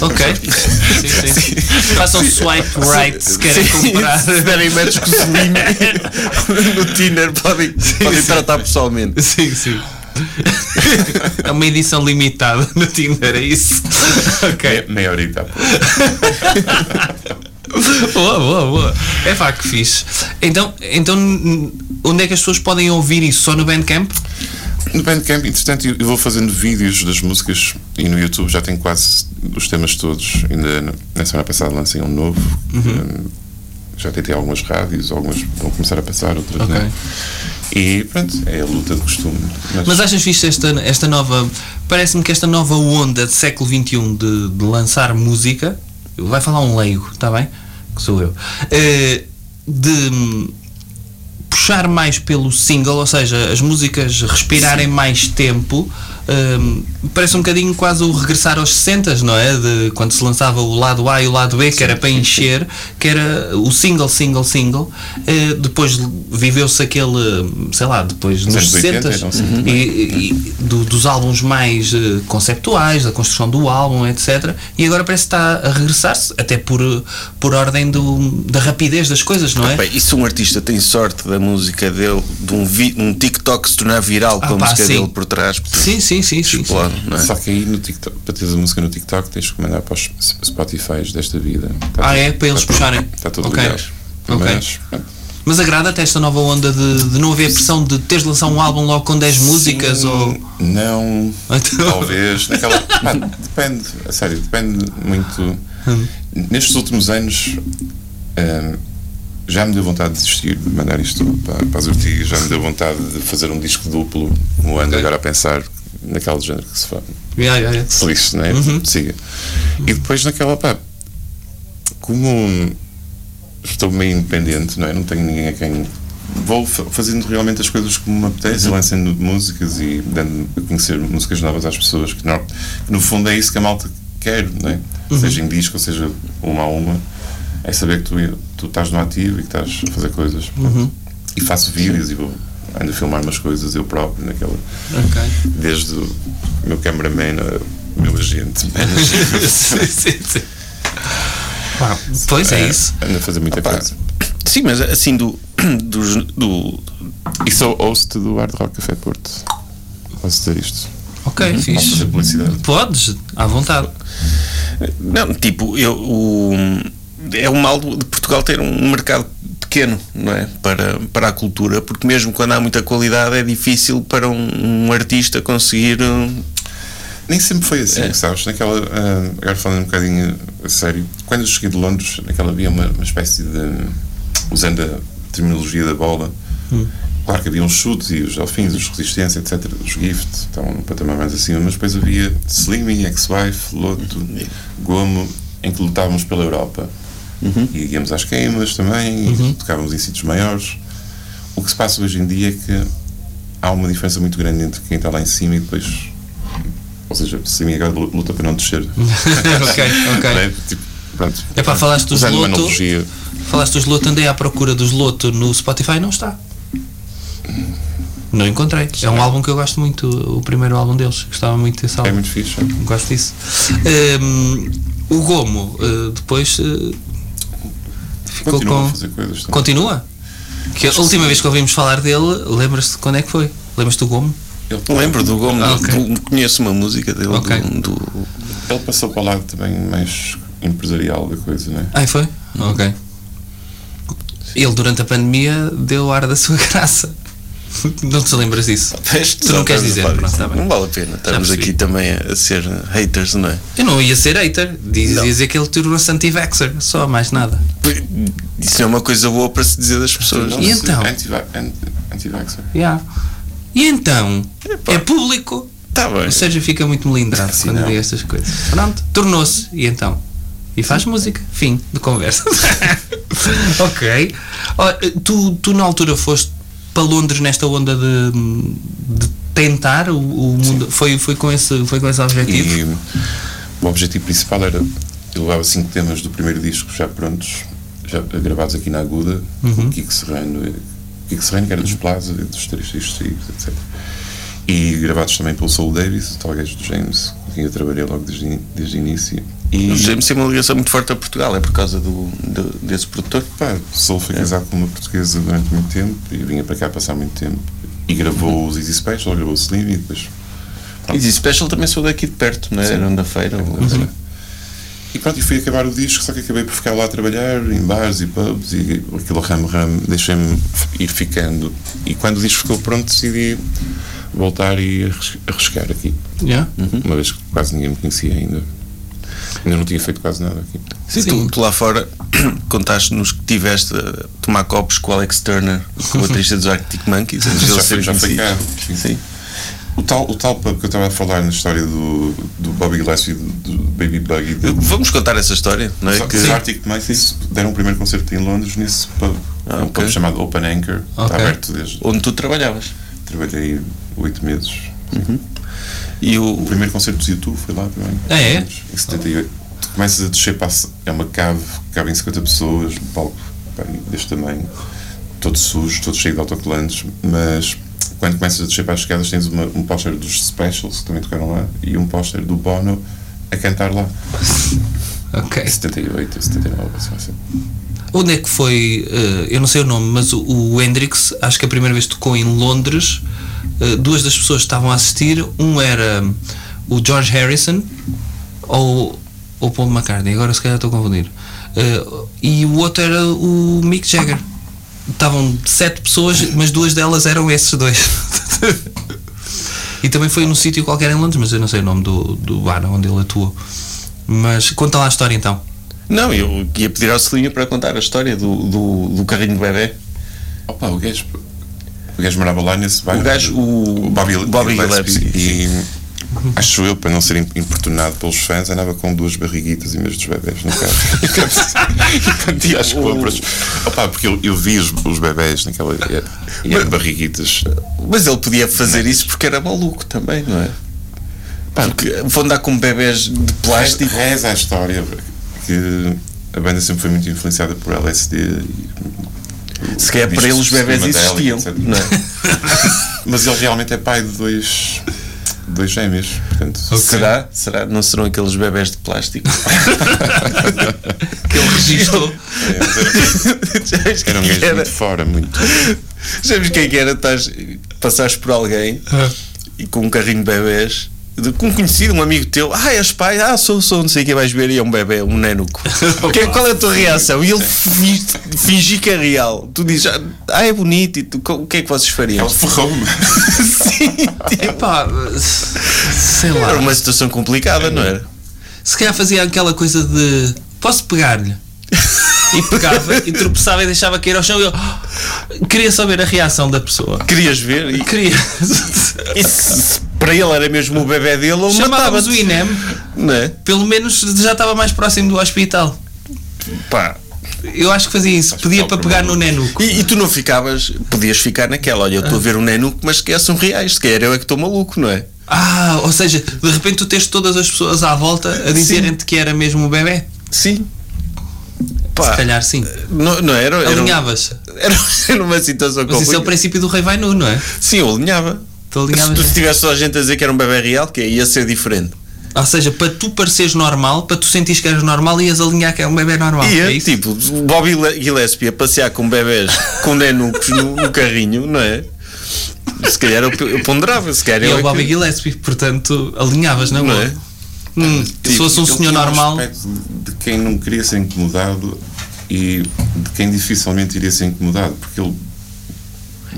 [SPEAKER 5] Ok. Sim, sim. Façam swipe right se querem comprar.
[SPEAKER 3] Se derem metros com selinho no Tinder, podem, podem tratar pessoalmente.
[SPEAKER 5] Sim, sim. É uma edição limitada no Tinder, é isso? Ok.
[SPEAKER 6] É meia horita. pô.
[SPEAKER 5] boa, boa, boa. É pá, que fixe. Então, então, onde é que as pessoas podem ouvir isso? Só no Bandcamp?
[SPEAKER 6] No Bandcamp, entretanto, eu eu vou fazendo vídeos das músicas e no YouTube já tenho quase os temas todos. Ainda na- na semana passada lancei um novo.
[SPEAKER 5] Uhum.
[SPEAKER 6] Um, já tentei algumas rádios, algumas vão começar a passar, outras
[SPEAKER 5] Ok.
[SPEAKER 6] não. E pronto, é a luta de costume. é?
[SPEAKER 5] Mas achas fixe esta, esta nova. Parece-me que esta nova onda de século XXI de, de lançar música. Vai falar um leigo, está bem? Que sou eu. Eh, de hum, puxar mais pelo single, ou seja, as músicas respirarem mais tempo. hum, parece um bocadinho quase o regressar aos 60, não é? De quando se lançava o lado A e o lado B, que era para encher, que era o single, single, single. Eh, depois viveu-se aquele, sei lá, depois nos
[SPEAKER 6] anos 80,
[SPEAKER 5] 60
[SPEAKER 6] eram sempre
[SPEAKER 5] e, e- do- dos álbuns mais eh, conceptuais, da construção do álbum, etc. E agora parece que está a regressar-se, até por, eh, por ordem do- da rapidez das coisas, não é?
[SPEAKER 3] Bem, e se um artista tem sorte da música dele, de um, vi- um TikTok se tornar viral
[SPEAKER 5] Ah,
[SPEAKER 3] com a
[SPEAKER 5] pá,
[SPEAKER 3] música
[SPEAKER 5] sim.
[SPEAKER 3] dele por trás, portanto,
[SPEAKER 5] Sim, sim, sim, sim. sim.
[SPEAKER 3] explode, não é?
[SPEAKER 6] Só que aí no TikTok, para teres a música no TikTok, tens que mandar para os Spotifys desta vida. Está
[SPEAKER 5] Ah,
[SPEAKER 6] tudo-
[SPEAKER 5] é? Para eles
[SPEAKER 6] está-
[SPEAKER 5] puxarem.
[SPEAKER 6] Está tudo
[SPEAKER 5] Ok.
[SPEAKER 6] ligado.
[SPEAKER 5] Ok.
[SPEAKER 6] Mas, pronto,
[SPEAKER 5] Mas agrada-te esta nova onda de, de não haver pressão de teres de lançar um álbum logo com 10 músicas
[SPEAKER 6] Sim,
[SPEAKER 5] ou.
[SPEAKER 6] Não.
[SPEAKER 5] Então-
[SPEAKER 6] Talvez. Naquela, pá, depende, a sério, depende muito. Nestes últimos anos hum, já me deu vontade de desistir, de mandar isto para, para as Ortigas, já me deu vontade de fazer um disco duplo, como ando agora a pensar naquele género que se fala.
[SPEAKER 5] Yeah, yeah, yeah.
[SPEAKER 6] Feliz, não é? Siga. E depois naquela, pá, como estou meio independente, não é? Não tenho ninguém a quem. Vou fa- fazendo realmente as coisas como me apetece, e lançando músicas e dando a conhecer músicas novas às pessoas, que, no- que no fundo é isso que a malta quer, não é? Seja em disco, ou seja uma a uma, é saber que tu, tu estás no ativo e que estás a fazer coisas. E faço vídeos e vou, ando a filmar umas coisas eu próprio naquela
[SPEAKER 5] Ok.
[SPEAKER 6] desde o meu cameraman, o meu agente, manager,
[SPEAKER 5] sim, sim, sim. Pá, pois é isso.
[SPEAKER 6] ando a fazer muita
[SPEAKER 3] Pá,
[SPEAKER 6] coisa.
[SPEAKER 3] Sim, mas assim, do, dos- do,
[SPEAKER 6] E sou host do Hard Rock Café Porto. Posso dizer isto?
[SPEAKER 5] Ok,
[SPEAKER 6] Posso fazer
[SPEAKER 5] fixe.
[SPEAKER 6] publicidade?
[SPEAKER 5] Podes, à vontade.
[SPEAKER 3] Não, tipo, eu, o, é o mal de Portugal ter um mercado pequeno, não é? Para, para a cultura, porque mesmo quando há muita qualidade é difícil para um, um artista conseguir. hum,
[SPEAKER 6] Nem sempre foi assim, sabes? Naquela, ah, agora falando um bocadinho a sério, quando eu cheguei de Londres, naquela havia uma, uma espécie de. usando a terminologia da bola, claro que havia os chutes e os alfins, os resistência, etc., os gift, estavam num patamar mais acima, mas depois havia Slimmy, Ex-Wife, Loto, Gomo, em que lutávamos pela Europa. E íamos às queimas também, e tocávamos em sítios maiores. O que se passa hoje em dia é que há uma diferença muito grande entre quem está lá em cima e depois. Ou seja, se me agora luta para não descer.
[SPEAKER 5] ok, ok.
[SPEAKER 6] Não é? Tipo, pronto.
[SPEAKER 5] É pá, falaste dos
[SPEAKER 6] Usando uma
[SPEAKER 5] Loto.
[SPEAKER 6] analogia.
[SPEAKER 5] Falaste dos Loto, andei à procura dos Loto no Spotify não está. Não encontrei. É um álbum que eu gosto muito, o primeiro álbum deles. Gostava muito desse álbum.
[SPEAKER 6] É muito fixe.
[SPEAKER 5] Gosto disso. Hum, o Gomo, eh, depois. eh, ficou
[SPEAKER 6] Continuam
[SPEAKER 5] com.
[SPEAKER 6] a fazer coisas. também.
[SPEAKER 5] Continua? Que a última vez que ouvimos falar dele, lembras-te quando é que foi? Lembras-te do Gomo?
[SPEAKER 6] Ele,
[SPEAKER 3] Lembro do Gomes,
[SPEAKER 5] Ah, ok.
[SPEAKER 3] do- conheço uma música dele.
[SPEAKER 5] Ok.
[SPEAKER 3] Do, do-
[SPEAKER 6] ele passou para o lado também mais empresarial da coisa, não é?
[SPEAKER 5] Ai, Ah, foi? Ok. Ele, durante a pandemia, deu ar da sua graça. Não te lembras disso? Tu não queres dizer, pronto, está bem.
[SPEAKER 3] Não vale a pena, estamos
[SPEAKER 5] percebi.
[SPEAKER 3] aqui também a, a ser haters, não é?
[SPEAKER 5] Eu não ia ser hater, diz,
[SPEAKER 3] Não.
[SPEAKER 5] dizer que ele tornou-se anti-vaxxer, só mais nada.
[SPEAKER 3] Isso é uma coisa boa para se dizer das pessoas. é?
[SPEAKER 5] E então?
[SPEAKER 6] Anti-va- anti- Anti-vaxxer.
[SPEAKER 5] Yeah. E então, é público.
[SPEAKER 3] Está Tá bem.
[SPEAKER 5] O Sérgio fica muito melindrado
[SPEAKER 6] Sim,
[SPEAKER 5] quando
[SPEAKER 6] não.
[SPEAKER 5] vê estas coisas. Pronto, tornou-se, e então? E faz música, fim de conversa. ok. Ó, tu, tu na altura foste para Londres nesta onda de, de tentar o, o mundo. Foi, foi, com esse, foi com esse objetivo?
[SPEAKER 6] E o objetivo principal era. Eu levava cinco temas do primeiro disco já prontos, já gravados aqui na Aguda, com o Kiko Serrano. e- Kiko Serrano, que era dos Plaza, e dos Três Distritos, etc. e gravados também pelo Soul Davis, talvez do James, com quem eu trabalhei logo desde, desde o início. E
[SPEAKER 3] O James tem uma ligação muito forte a Portugal, é por causa do, do- desse produtor.
[SPEAKER 6] pá, o Soul foi casado com uma portuguesa durante muito tempo e vinha para cá passar muito tempo. E gravou os Easy Special, gravou o Slim e depois.
[SPEAKER 3] E Easy Special também sou daqui de perto, não é? Eram da feira. ou-
[SPEAKER 6] Uhum.
[SPEAKER 3] assim.
[SPEAKER 6] E pronto, e fui acabar o disco, só que acabei por ficar lá a trabalhar em bares e pubs e aquilo ram-ram, deixei-me ir ficando. E quando o disco ficou pronto, decidi voltar e arris- arriscar aqui.
[SPEAKER 5] Yeah.
[SPEAKER 3] Uhum.
[SPEAKER 6] Uma vez que quase ninguém me conhecia ainda. Ainda não tinha feito quase nada aqui.
[SPEAKER 3] Sim, Tu, tu lá fora contaste-nos que tiveste a tomar copos com o Alex Turner, com o baterista dos Arctic Monkeys, antes de
[SPEAKER 6] Já
[SPEAKER 3] ele
[SPEAKER 6] foi,
[SPEAKER 3] ser
[SPEAKER 6] já foi cá.
[SPEAKER 3] conhecido.
[SPEAKER 6] Sim. O tal, o tal pub que eu estava a falar na história do, do Bobby Gillespie, do, do Baby Buggy, do,
[SPEAKER 3] Vamos contar essa história, não é?
[SPEAKER 6] Os-
[SPEAKER 3] Que
[SPEAKER 6] Os Arctic Monkeys deram o primeiro concerto em Londres nesse pub.
[SPEAKER 3] Ah,
[SPEAKER 6] um
[SPEAKER 3] ok.
[SPEAKER 6] pub chamado Open Anchor.
[SPEAKER 5] Ok.
[SPEAKER 6] Está aberto desde.
[SPEAKER 3] onde tu trabalhavas.
[SPEAKER 6] Trabalhei oito meses.
[SPEAKER 3] E
[SPEAKER 6] O
[SPEAKER 3] o,
[SPEAKER 6] primeiro concerto do YouTube foi lá também.
[SPEAKER 5] Ah, é?
[SPEAKER 6] Em 78. Tu começas a descer para. a se- É uma cave, cabem 50 pessoas, um palco pá, deste tamanho, todo sujo, todo cheio de autocolantes, mas. Quando começas a descer para as escadas, tens uma- um póster dos Specials, que também tocaram lá, e um póster do Bono a cantar lá.
[SPEAKER 5] Ok.
[SPEAKER 6] 78, 79, assim, assim.
[SPEAKER 5] Onde é que foi? eh, eu não sei o nome, mas o, o Hendrix, acho que a primeira vez tocou em Londres. eh, duas das pessoas que estavam a assistir, um era hum, o George Harrison ou ou o Paul McCartney. Agora se calhar estou a confundir. Eh, e o outro era o Mick Jagger. Estavam sete pessoas, mas duas delas eram esses dois. e também foi num sítio qualquer em Londres, mas eu não sei o nome do, do bar onde ele atuou. Mas conta lá a história então.
[SPEAKER 3] Não, eu ia pedir ao Celinho para contar a história do, do, do carrinho do bebê.
[SPEAKER 6] Opa, o gajo. O gajo morava lá nesse bairro.
[SPEAKER 3] O gajo, o-
[SPEAKER 6] Bobby,
[SPEAKER 3] Bobby Gillespie,
[SPEAKER 6] E acho eu, para não ser importunado pelos fãs, andava com duas barriguitas em vez dos bebés no carro. E quando ia às compras. Opa, porque eu, eu vi os, os bebés naquela. E eram barriguitas.
[SPEAKER 3] Mas ele podia fazer isso porque era maluco também, não é? Pá, Porque vão andar com bebés de plástico.
[SPEAKER 6] Reza é a história que a banda sempre foi muito influenciada por LSD. E,
[SPEAKER 3] Se calhar para ele os bebés
[SPEAKER 6] Sistema dela,
[SPEAKER 3] existiam.
[SPEAKER 6] etc.
[SPEAKER 3] Não é?
[SPEAKER 6] mas ele realmente é pai de dois. dois gêmeos. Portanto,
[SPEAKER 3] Será? Será? Não serão aqueles bebés de plástico?
[SPEAKER 5] Que ele registou.
[SPEAKER 6] é, mas era-
[SPEAKER 3] Já viste
[SPEAKER 6] Era um
[SPEAKER 3] quem
[SPEAKER 6] gajo
[SPEAKER 3] era?
[SPEAKER 6] muito fora, muito.
[SPEAKER 3] Já viste quem é que era? Estás, passares por alguém e com um carrinho de bebés. de- Com um conhecido, um amigo teu, ah, és pai, ah, sou, sou, não sei o que vais ver, e é um bebê, um nenuco. Que- qual é a tua reação? E ele fi- fingir que é real. Tu dizes, "Ah, ah, é bonito, e tu, co- o que é que vocês fariam?
[SPEAKER 6] Ele ferrou-me.
[SPEAKER 3] Sim, tipo,
[SPEAKER 5] Epá, sei
[SPEAKER 3] era
[SPEAKER 5] lá.
[SPEAKER 3] uma situação complicada, não era?
[SPEAKER 5] Se calhar fazia aquela coisa de posso pegar-lhe? E pegava e tropeçava e deixava cair ao chão e eu "Oh!" queria saber a reação da pessoa.
[SPEAKER 3] Querias ver? E,
[SPEAKER 5] Queria.
[SPEAKER 3] e se- se para ele era mesmo o bebê dele, ou matava
[SPEAKER 5] Chamávamos o INEM,
[SPEAKER 3] Não é?
[SPEAKER 5] pelo menos já estava mais próximo do hospital.
[SPEAKER 3] Pá.
[SPEAKER 5] Eu acho que fazia isso, pedia para pegar no nenuco.
[SPEAKER 3] E, e tu não ficavas, podias ficar naquela, olha, eu estou a ver um nenuco, mas se calhar são reais, se calhar eu é que estou maluco, não é?
[SPEAKER 5] Ah, ou seja, de repente tu tens todas as pessoas à volta a dizerem-te que era mesmo o bebê.
[SPEAKER 3] Sim.
[SPEAKER 5] Se
[SPEAKER 3] Pá,
[SPEAKER 5] calhar sim.
[SPEAKER 3] não, não era, era, um-
[SPEAKER 5] Alinhavas.
[SPEAKER 3] era, era uma situação
[SPEAKER 5] Mas isso é
[SPEAKER 3] complicada.
[SPEAKER 5] o princípio do rei vai nu, não é?
[SPEAKER 3] Sim, eu alinhava.
[SPEAKER 5] Tu
[SPEAKER 3] Se tu
[SPEAKER 5] alinhavas.
[SPEAKER 3] tivesse só gente a dizer que era um bebê real, que ia ser diferente.
[SPEAKER 5] Ou seja, para tu pareceres normal, para tu sentires que eras normal, ias alinhar que é um bebê normal.
[SPEAKER 3] e
[SPEAKER 5] é
[SPEAKER 3] é,
[SPEAKER 5] isso?
[SPEAKER 3] tipo, o Bobby Le- Gillespie a passear com bebés com nenucos no, no carrinho, não é? Se calhar eu, eu ponderava, se calhar
[SPEAKER 5] e é
[SPEAKER 3] eu.
[SPEAKER 5] o
[SPEAKER 3] que-
[SPEAKER 5] Bobby Gillespie, portanto, alinhavas, não,
[SPEAKER 3] Não
[SPEAKER 5] é?
[SPEAKER 3] é?
[SPEAKER 5] Hum, se fosse um senhor
[SPEAKER 6] Ele Tipo, tinha
[SPEAKER 5] normal,
[SPEAKER 6] Um aspecto de quem não queria ser incomodado e de quem dificilmente iria ser incomodado, porque ele.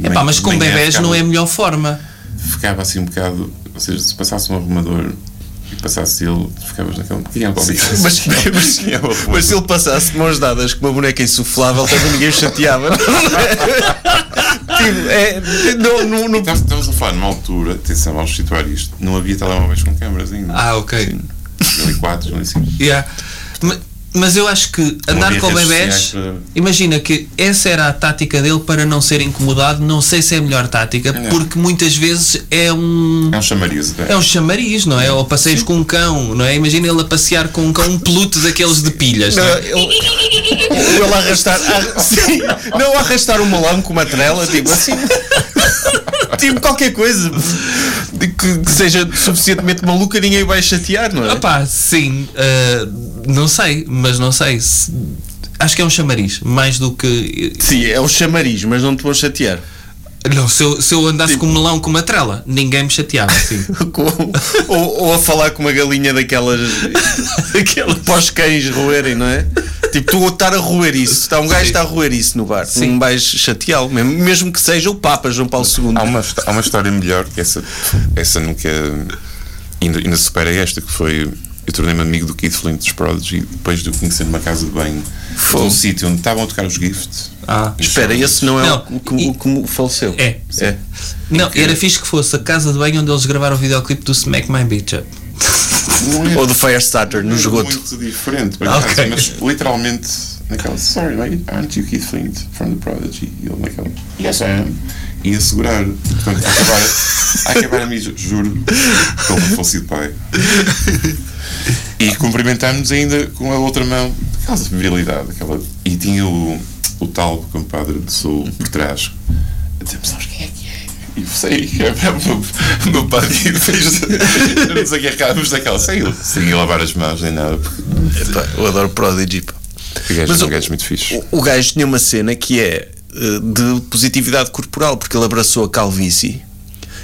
[SPEAKER 5] epá, mas com
[SPEAKER 6] manhã
[SPEAKER 5] bebés
[SPEAKER 6] ficava-
[SPEAKER 5] não é a melhor forma.
[SPEAKER 6] Ficava assim um bocado. Ou seja, se passasse um arrumador e passasse ele, ficavas naquela. Quem é o Bobby?
[SPEAKER 3] Mas, mas-
[SPEAKER 6] Quem é o arrumador?
[SPEAKER 3] mas se ele passasse de mãos dadas com uma boneca insuflável, também ninguém o chateava. é? tipo, é, não, não, não-
[SPEAKER 6] Estamos estamos a falar numa altura, atenção, vamos situar isto. Não havia telemóveis com câmaras ainda.
[SPEAKER 5] Ah, ok.
[SPEAKER 6] 2004, 2005.
[SPEAKER 5] Yeah. Ma- Mas eu acho que andar
[SPEAKER 6] havia
[SPEAKER 5] com
[SPEAKER 6] redes
[SPEAKER 5] bebés,
[SPEAKER 6] sociais para-
[SPEAKER 5] imagina que essa era a tática dele para não ser incomodado. Não sei se é a melhor tática,
[SPEAKER 6] Não.
[SPEAKER 5] porque muitas vezes é um.
[SPEAKER 6] É um chamariz, não é?
[SPEAKER 5] É um chamariz, não é? Ou passeios com um cão, não é? Imagina ele a passear com um cão, um pelute daqueles de pilhas, não
[SPEAKER 3] não,
[SPEAKER 5] é?
[SPEAKER 3] ele, ele arrastar. ar- sim, não arrastar um malambo com uma trela, tipo assim. tipo qualquer coisa. que, que seja suficientemente maluca, ninguém vai chatear, não é?
[SPEAKER 5] Opá, sim, ah, não sei, mas não sei. se- Acho que é um chamariz, mais do que.
[SPEAKER 3] Sim, é o chamariz, mas não te vão chatear.
[SPEAKER 5] Não, se eu, se eu andasse
[SPEAKER 3] Tipo-
[SPEAKER 5] com um melão com uma trela, ninguém me chateava, sim.
[SPEAKER 3] Com- ou, ou a falar com uma galinha daquelas. daquelas para os cães roerem, não é? Tipo, tu a estar a roer isso. Está um gajo que está a roer isso no bar. Não vais chateá-lo, mesmo, mesmo que seja o Papa João Paulo II.
[SPEAKER 6] Há uma, histó- há uma história melhor que essa, essa nunca ainda, ainda supera esta, que foi eu tornei-me amigo do Keith Flint dos Prodigy depois de o conhecer numa casa de banho de um sítio onde estavam a tocar os Gift.
[SPEAKER 5] Ah.
[SPEAKER 3] Espera, esse não é
[SPEAKER 5] Não,
[SPEAKER 3] o, que, o que faleceu.
[SPEAKER 5] É.
[SPEAKER 3] é.
[SPEAKER 5] Não, era fixe que fosse a casa de banho onde eles gravaram o videoclipe do Smack My Bitch Up.
[SPEAKER 3] Ou do Firestarter, no esgoto.
[SPEAKER 6] Muito diferente, por
[SPEAKER 5] Ah,
[SPEAKER 6] acaso,
[SPEAKER 5] ok.
[SPEAKER 6] mas literalmente naquela Sorry, mate, aren't you Keith Flint from the Prodigy? E ele naquela Yes, I am. E a segurar, portanto, a acabar, a acabar a mim, ju- juro, pelo meu falecido pai. E cumprimentámos-nos ainda com a outra mão, aquela virilidade, aquela. E tinha o, o tal compadre de sul por trás. Dizemos, sabes quem é que é? E sei que é o meu pai fez. Nos agarrámos daquela. Sem, ele- sem ele lavar as mãos nem nada, porque
[SPEAKER 3] Epá, eu adoro Prodigy. pá.
[SPEAKER 6] o gajo
[SPEAKER 3] Mas
[SPEAKER 6] é um
[SPEAKER 3] o-
[SPEAKER 6] gajo muito fixe.
[SPEAKER 3] O, o gajo tinha uma cena que é eh, de positividade corporal, porque ele abraçou a calvície.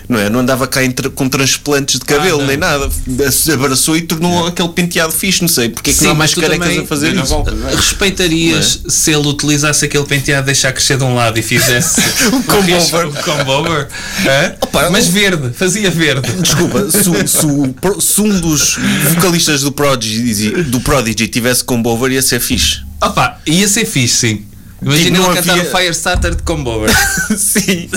[SPEAKER 3] Não, é? não andava cá em tra- com transplantes de cabelo
[SPEAKER 5] Ah, não.
[SPEAKER 3] nem nada. Se Abraçou e tornou aquele penteado fixe, não sei. Porque é que
[SPEAKER 5] Sim,
[SPEAKER 3] não há
[SPEAKER 5] mas
[SPEAKER 3] mais
[SPEAKER 5] tu
[SPEAKER 3] carecas
[SPEAKER 5] também-
[SPEAKER 3] a fazer
[SPEAKER 6] Não,
[SPEAKER 3] isso?
[SPEAKER 6] volta, não é?
[SPEAKER 5] Respeitarias
[SPEAKER 3] é?
[SPEAKER 5] se ele utilizasse aquele penteado, deixar crescer de um lado e fizesse um
[SPEAKER 3] combo over. um-
[SPEAKER 5] Um combo over. Hã? Mas verde, fazia verde.
[SPEAKER 3] Desculpa, se, o- se o pro- se um dos vocalistas do Prodigy, do Prodigy tivesse combo over, ia ser fixe.
[SPEAKER 5] Opa, ia ser fixe, sim. Imagina
[SPEAKER 3] Tipo, não
[SPEAKER 5] ele cantar
[SPEAKER 3] havia-
[SPEAKER 5] o Firestarter de combo over.
[SPEAKER 3] Sim.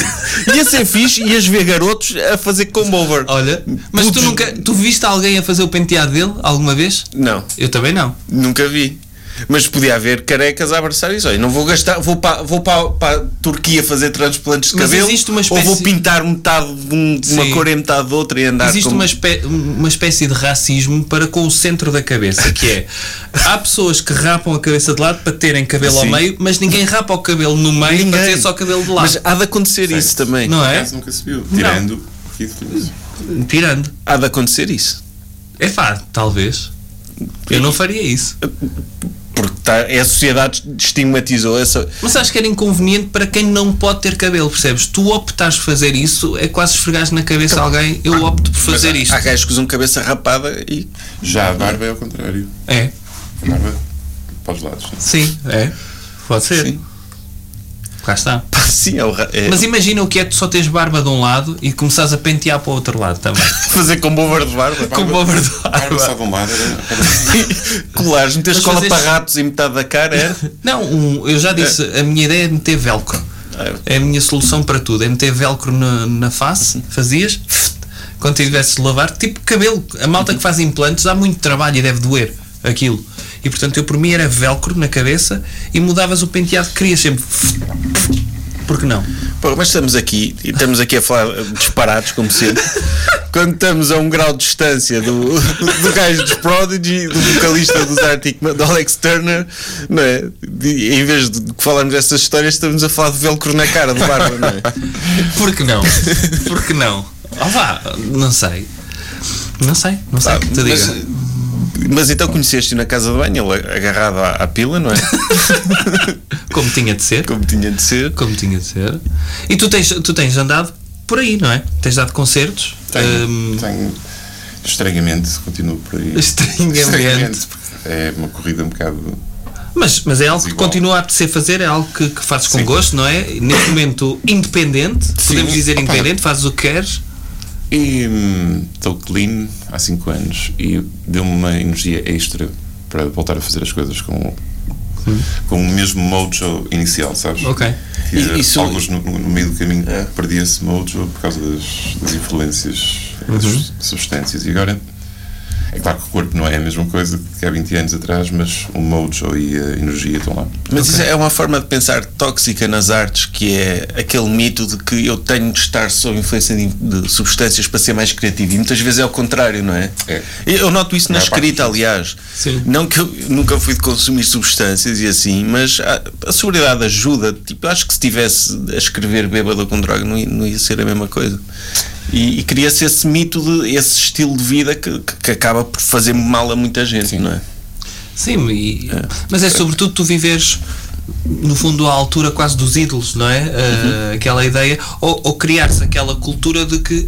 [SPEAKER 3] Ia ser fixe, ias ver garotos a fazer combo over.
[SPEAKER 5] Olha, mas tu
[SPEAKER 3] Putos.
[SPEAKER 5] nunca. Tu viste alguém a fazer o penteado dele alguma vez?
[SPEAKER 3] Não.
[SPEAKER 5] Eu também não.
[SPEAKER 3] Nunca vi. Mas podia haver carecas a abraçar isso. Olha, não vou gastar, vou para vou pa, pa a Turquia fazer transplantes de
[SPEAKER 5] Mas
[SPEAKER 3] cabelo
[SPEAKER 5] existe uma
[SPEAKER 3] ou vou
[SPEAKER 5] espécie-
[SPEAKER 3] pintar metade de um- de uma
[SPEAKER 5] Sim.
[SPEAKER 3] cor em metade de outra e andar
[SPEAKER 5] Existe
[SPEAKER 3] Ah, como...
[SPEAKER 5] uma, espé- uma espécie de racismo para com o centro da cabeça, que é há pessoas que rapam a cabeça de lado para terem cabelo ao
[SPEAKER 3] Sim.
[SPEAKER 5] meio, mas ninguém rapa o cabelo no meio para ter só cabelo de lado.
[SPEAKER 3] Mas há de acontecer isso também.
[SPEAKER 5] não é?
[SPEAKER 6] Quase nunca se viu. Tirando o Keith Flint.
[SPEAKER 5] Tirando.
[SPEAKER 3] Há de acontecer isso.
[SPEAKER 5] É pá, talvez. Eu não faria isso.
[SPEAKER 3] Porque tá, é a sociedade estigmatizou essa.
[SPEAKER 5] Mas acho que era inconveniente para quem não pode ter cabelo, percebes? Tu optares por fazer isso é quase esfregares na cabeça a alguém, eu opto por fazer isto.
[SPEAKER 3] Há gajos que usam cabeça rapada e.
[SPEAKER 6] Já a barba é ao contrário.
[SPEAKER 5] É,
[SPEAKER 6] A barba para os lados.
[SPEAKER 5] sim, é. Pode ser.
[SPEAKER 3] Sim.
[SPEAKER 5] Cá está.
[SPEAKER 3] Pá, sim, é o ra- é
[SPEAKER 5] Mas imagina o que é tu só tens barba de um lado e começares a pentear para o outro lado também.
[SPEAKER 3] fazer com bover de barba.
[SPEAKER 5] Com bover de
[SPEAKER 6] A barba
[SPEAKER 5] barba.
[SPEAKER 6] só de um lado era. era-
[SPEAKER 3] Colares, meter
[SPEAKER 5] Mas
[SPEAKER 3] escola
[SPEAKER 5] fazer-
[SPEAKER 3] para ratos em metade da cara, é?
[SPEAKER 5] Não, um- eu já disse, a minha ideia é meter velcro. É a minha solução para tudo. É meter velcro na, na face, fazias, quando tivesse de lavar, tipo cabelo. A malta que faz implantes dá muito trabalho e deve doer aquilo. E portanto eu por mim era velcro na cabeça e mudavas o penteado que querias sempre. Porque não?
[SPEAKER 3] Pô, mas estamos aqui e estamos aqui a falar eh, disparados, como sempre. Quando estamos a um grau de distância do, do gajo dos Prodigy, do vocalista dos Arctic, Ma- do Alex Turner, não é? De- em vez de falarmos dessas histórias, estamos a falar de velcro na cara de barba, não é?
[SPEAKER 5] Porque não? Porque não? Ah vá, não sei. Não sei, não
[SPEAKER 6] Ah,
[SPEAKER 5] sei. o que Ah, te
[SPEAKER 3] mas,
[SPEAKER 5] diga.
[SPEAKER 6] eh,
[SPEAKER 3] mas então conheceste na casa de banho, ele agarrado à, à pila, não é?
[SPEAKER 5] Como tinha de ser.
[SPEAKER 3] Como tinha de ser.
[SPEAKER 5] Como tinha de ser. E tu tens, tu tens andado por aí, não é? Tens dado concertos.
[SPEAKER 6] Tenho,
[SPEAKER 5] hum,
[SPEAKER 6] tenho- estranhamente, continuo por aí.
[SPEAKER 5] Estranhamente.
[SPEAKER 6] porque É uma corrida um bocado.
[SPEAKER 5] mas, mas é algo que
[SPEAKER 6] Desigual.
[SPEAKER 5] continua a apetecer fazer, é algo que, que fazes com
[SPEAKER 6] Sim.
[SPEAKER 5] gosto, não é? Neste momento, independente, podemos dizer
[SPEAKER 6] Opa.
[SPEAKER 5] independente, fazes o que queres.
[SPEAKER 6] E hum, estou clean há 5 anos e deu-me uma energia extra para voltar a fazer as coisas com, com o mesmo mojo inicial, sabes?
[SPEAKER 5] Ok.
[SPEAKER 6] E,
[SPEAKER 3] E- isso-
[SPEAKER 6] Alguns no, no meio do caminho perdi esse mojo por causa das, das influências, das substâncias. E agora, é claro que o corpo não é a mesma coisa que há 20 anos atrás, mas o mojo e a energia estão lá.
[SPEAKER 3] Mas isso é uma forma de pensar tóxica nas artes, que é aquele mito de que eu tenho de estar sob influência de, de substâncias para ser mais criativo. E muitas vezes é o contrário, não é?
[SPEAKER 6] É.
[SPEAKER 3] Eu noto isso na
[SPEAKER 6] Maior parte
[SPEAKER 3] escrita, aliás.
[SPEAKER 5] Sim.
[SPEAKER 3] Não que eu nunca fui de consumir substâncias e assim, mas a, a sobriedade ajuda. Tipo, acho que se estivesse a escrever bêbado ou com droga, não ia, não ia ser a mesma coisa. E, e cria-se esse mito, de, esse estilo de vida que, que- que acaba por fazer mal a muita gente, não é?
[SPEAKER 5] Sim, e- mas é sobretudo tu viveres no fundo à altura quase dos ídolos, não é? Ah,
[SPEAKER 3] Uhum.
[SPEAKER 5] Aquela ideia, ou, ou criar-se aquela cultura de que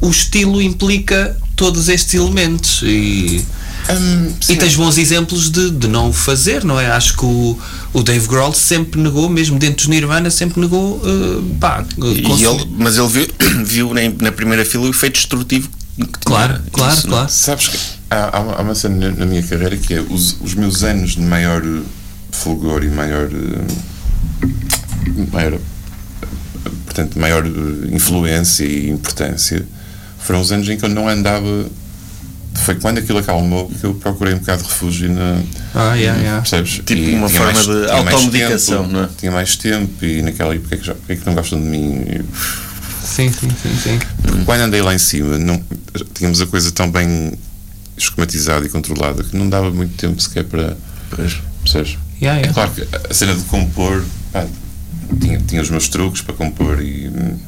[SPEAKER 5] o estilo implica todos estes elementos e,
[SPEAKER 6] Hum,
[SPEAKER 5] e tens bons exemplos de, de não o fazer, não é? Acho que o, o Dave Grohl sempre negou, mesmo dentro dos Nirvana, sempre negou ah, pá,
[SPEAKER 3] E
[SPEAKER 5] consumir.
[SPEAKER 3] ele, mas ele viu, viu na, na primeira fila o efeito destrutivo que tinha.
[SPEAKER 5] Claro, claro,
[SPEAKER 3] Isso, não é?
[SPEAKER 5] claro.
[SPEAKER 6] Sabes que há, há uma- há uma cena na, na minha carreira que é os, os meus anos de maior eh, fulgor e maior. eh, maior eh, portanto, maior eh, influência e importância foram os anos em que eu não andava. Foi quando aquilo acalmou que eu procurei um bocado de refúgio na.
[SPEAKER 5] Ah, yeah, yeah.
[SPEAKER 6] Percebes?
[SPEAKER 3] Tipo uma
[SPEAKER 6] tinha
[SPEAKER 3] forma de
[SPEAKER 6] tinha
[SPEAKER 3] automedicação,
[SPEAKER 6] tempo,
[SPEAKER 3] não é?
[SPEAKER 6] Tinha mais tempo e naquela época, porque é que, já, porque é que não gostam de mim? E-
[SPEAKER 5] Sim, sim, sim, sim.
[SPEAKER 6] porque quando andei lá em cima, não, tínhamos a coisa tão bem esquematizada e controlada que não dava muito tempo sequer para. Percebes?
[SPEAKER 5] Yeah, yeah.
[SPEAKER 6] Claro que a cena de compor, pá, tinha, tinha os meus truques para compor e. hum,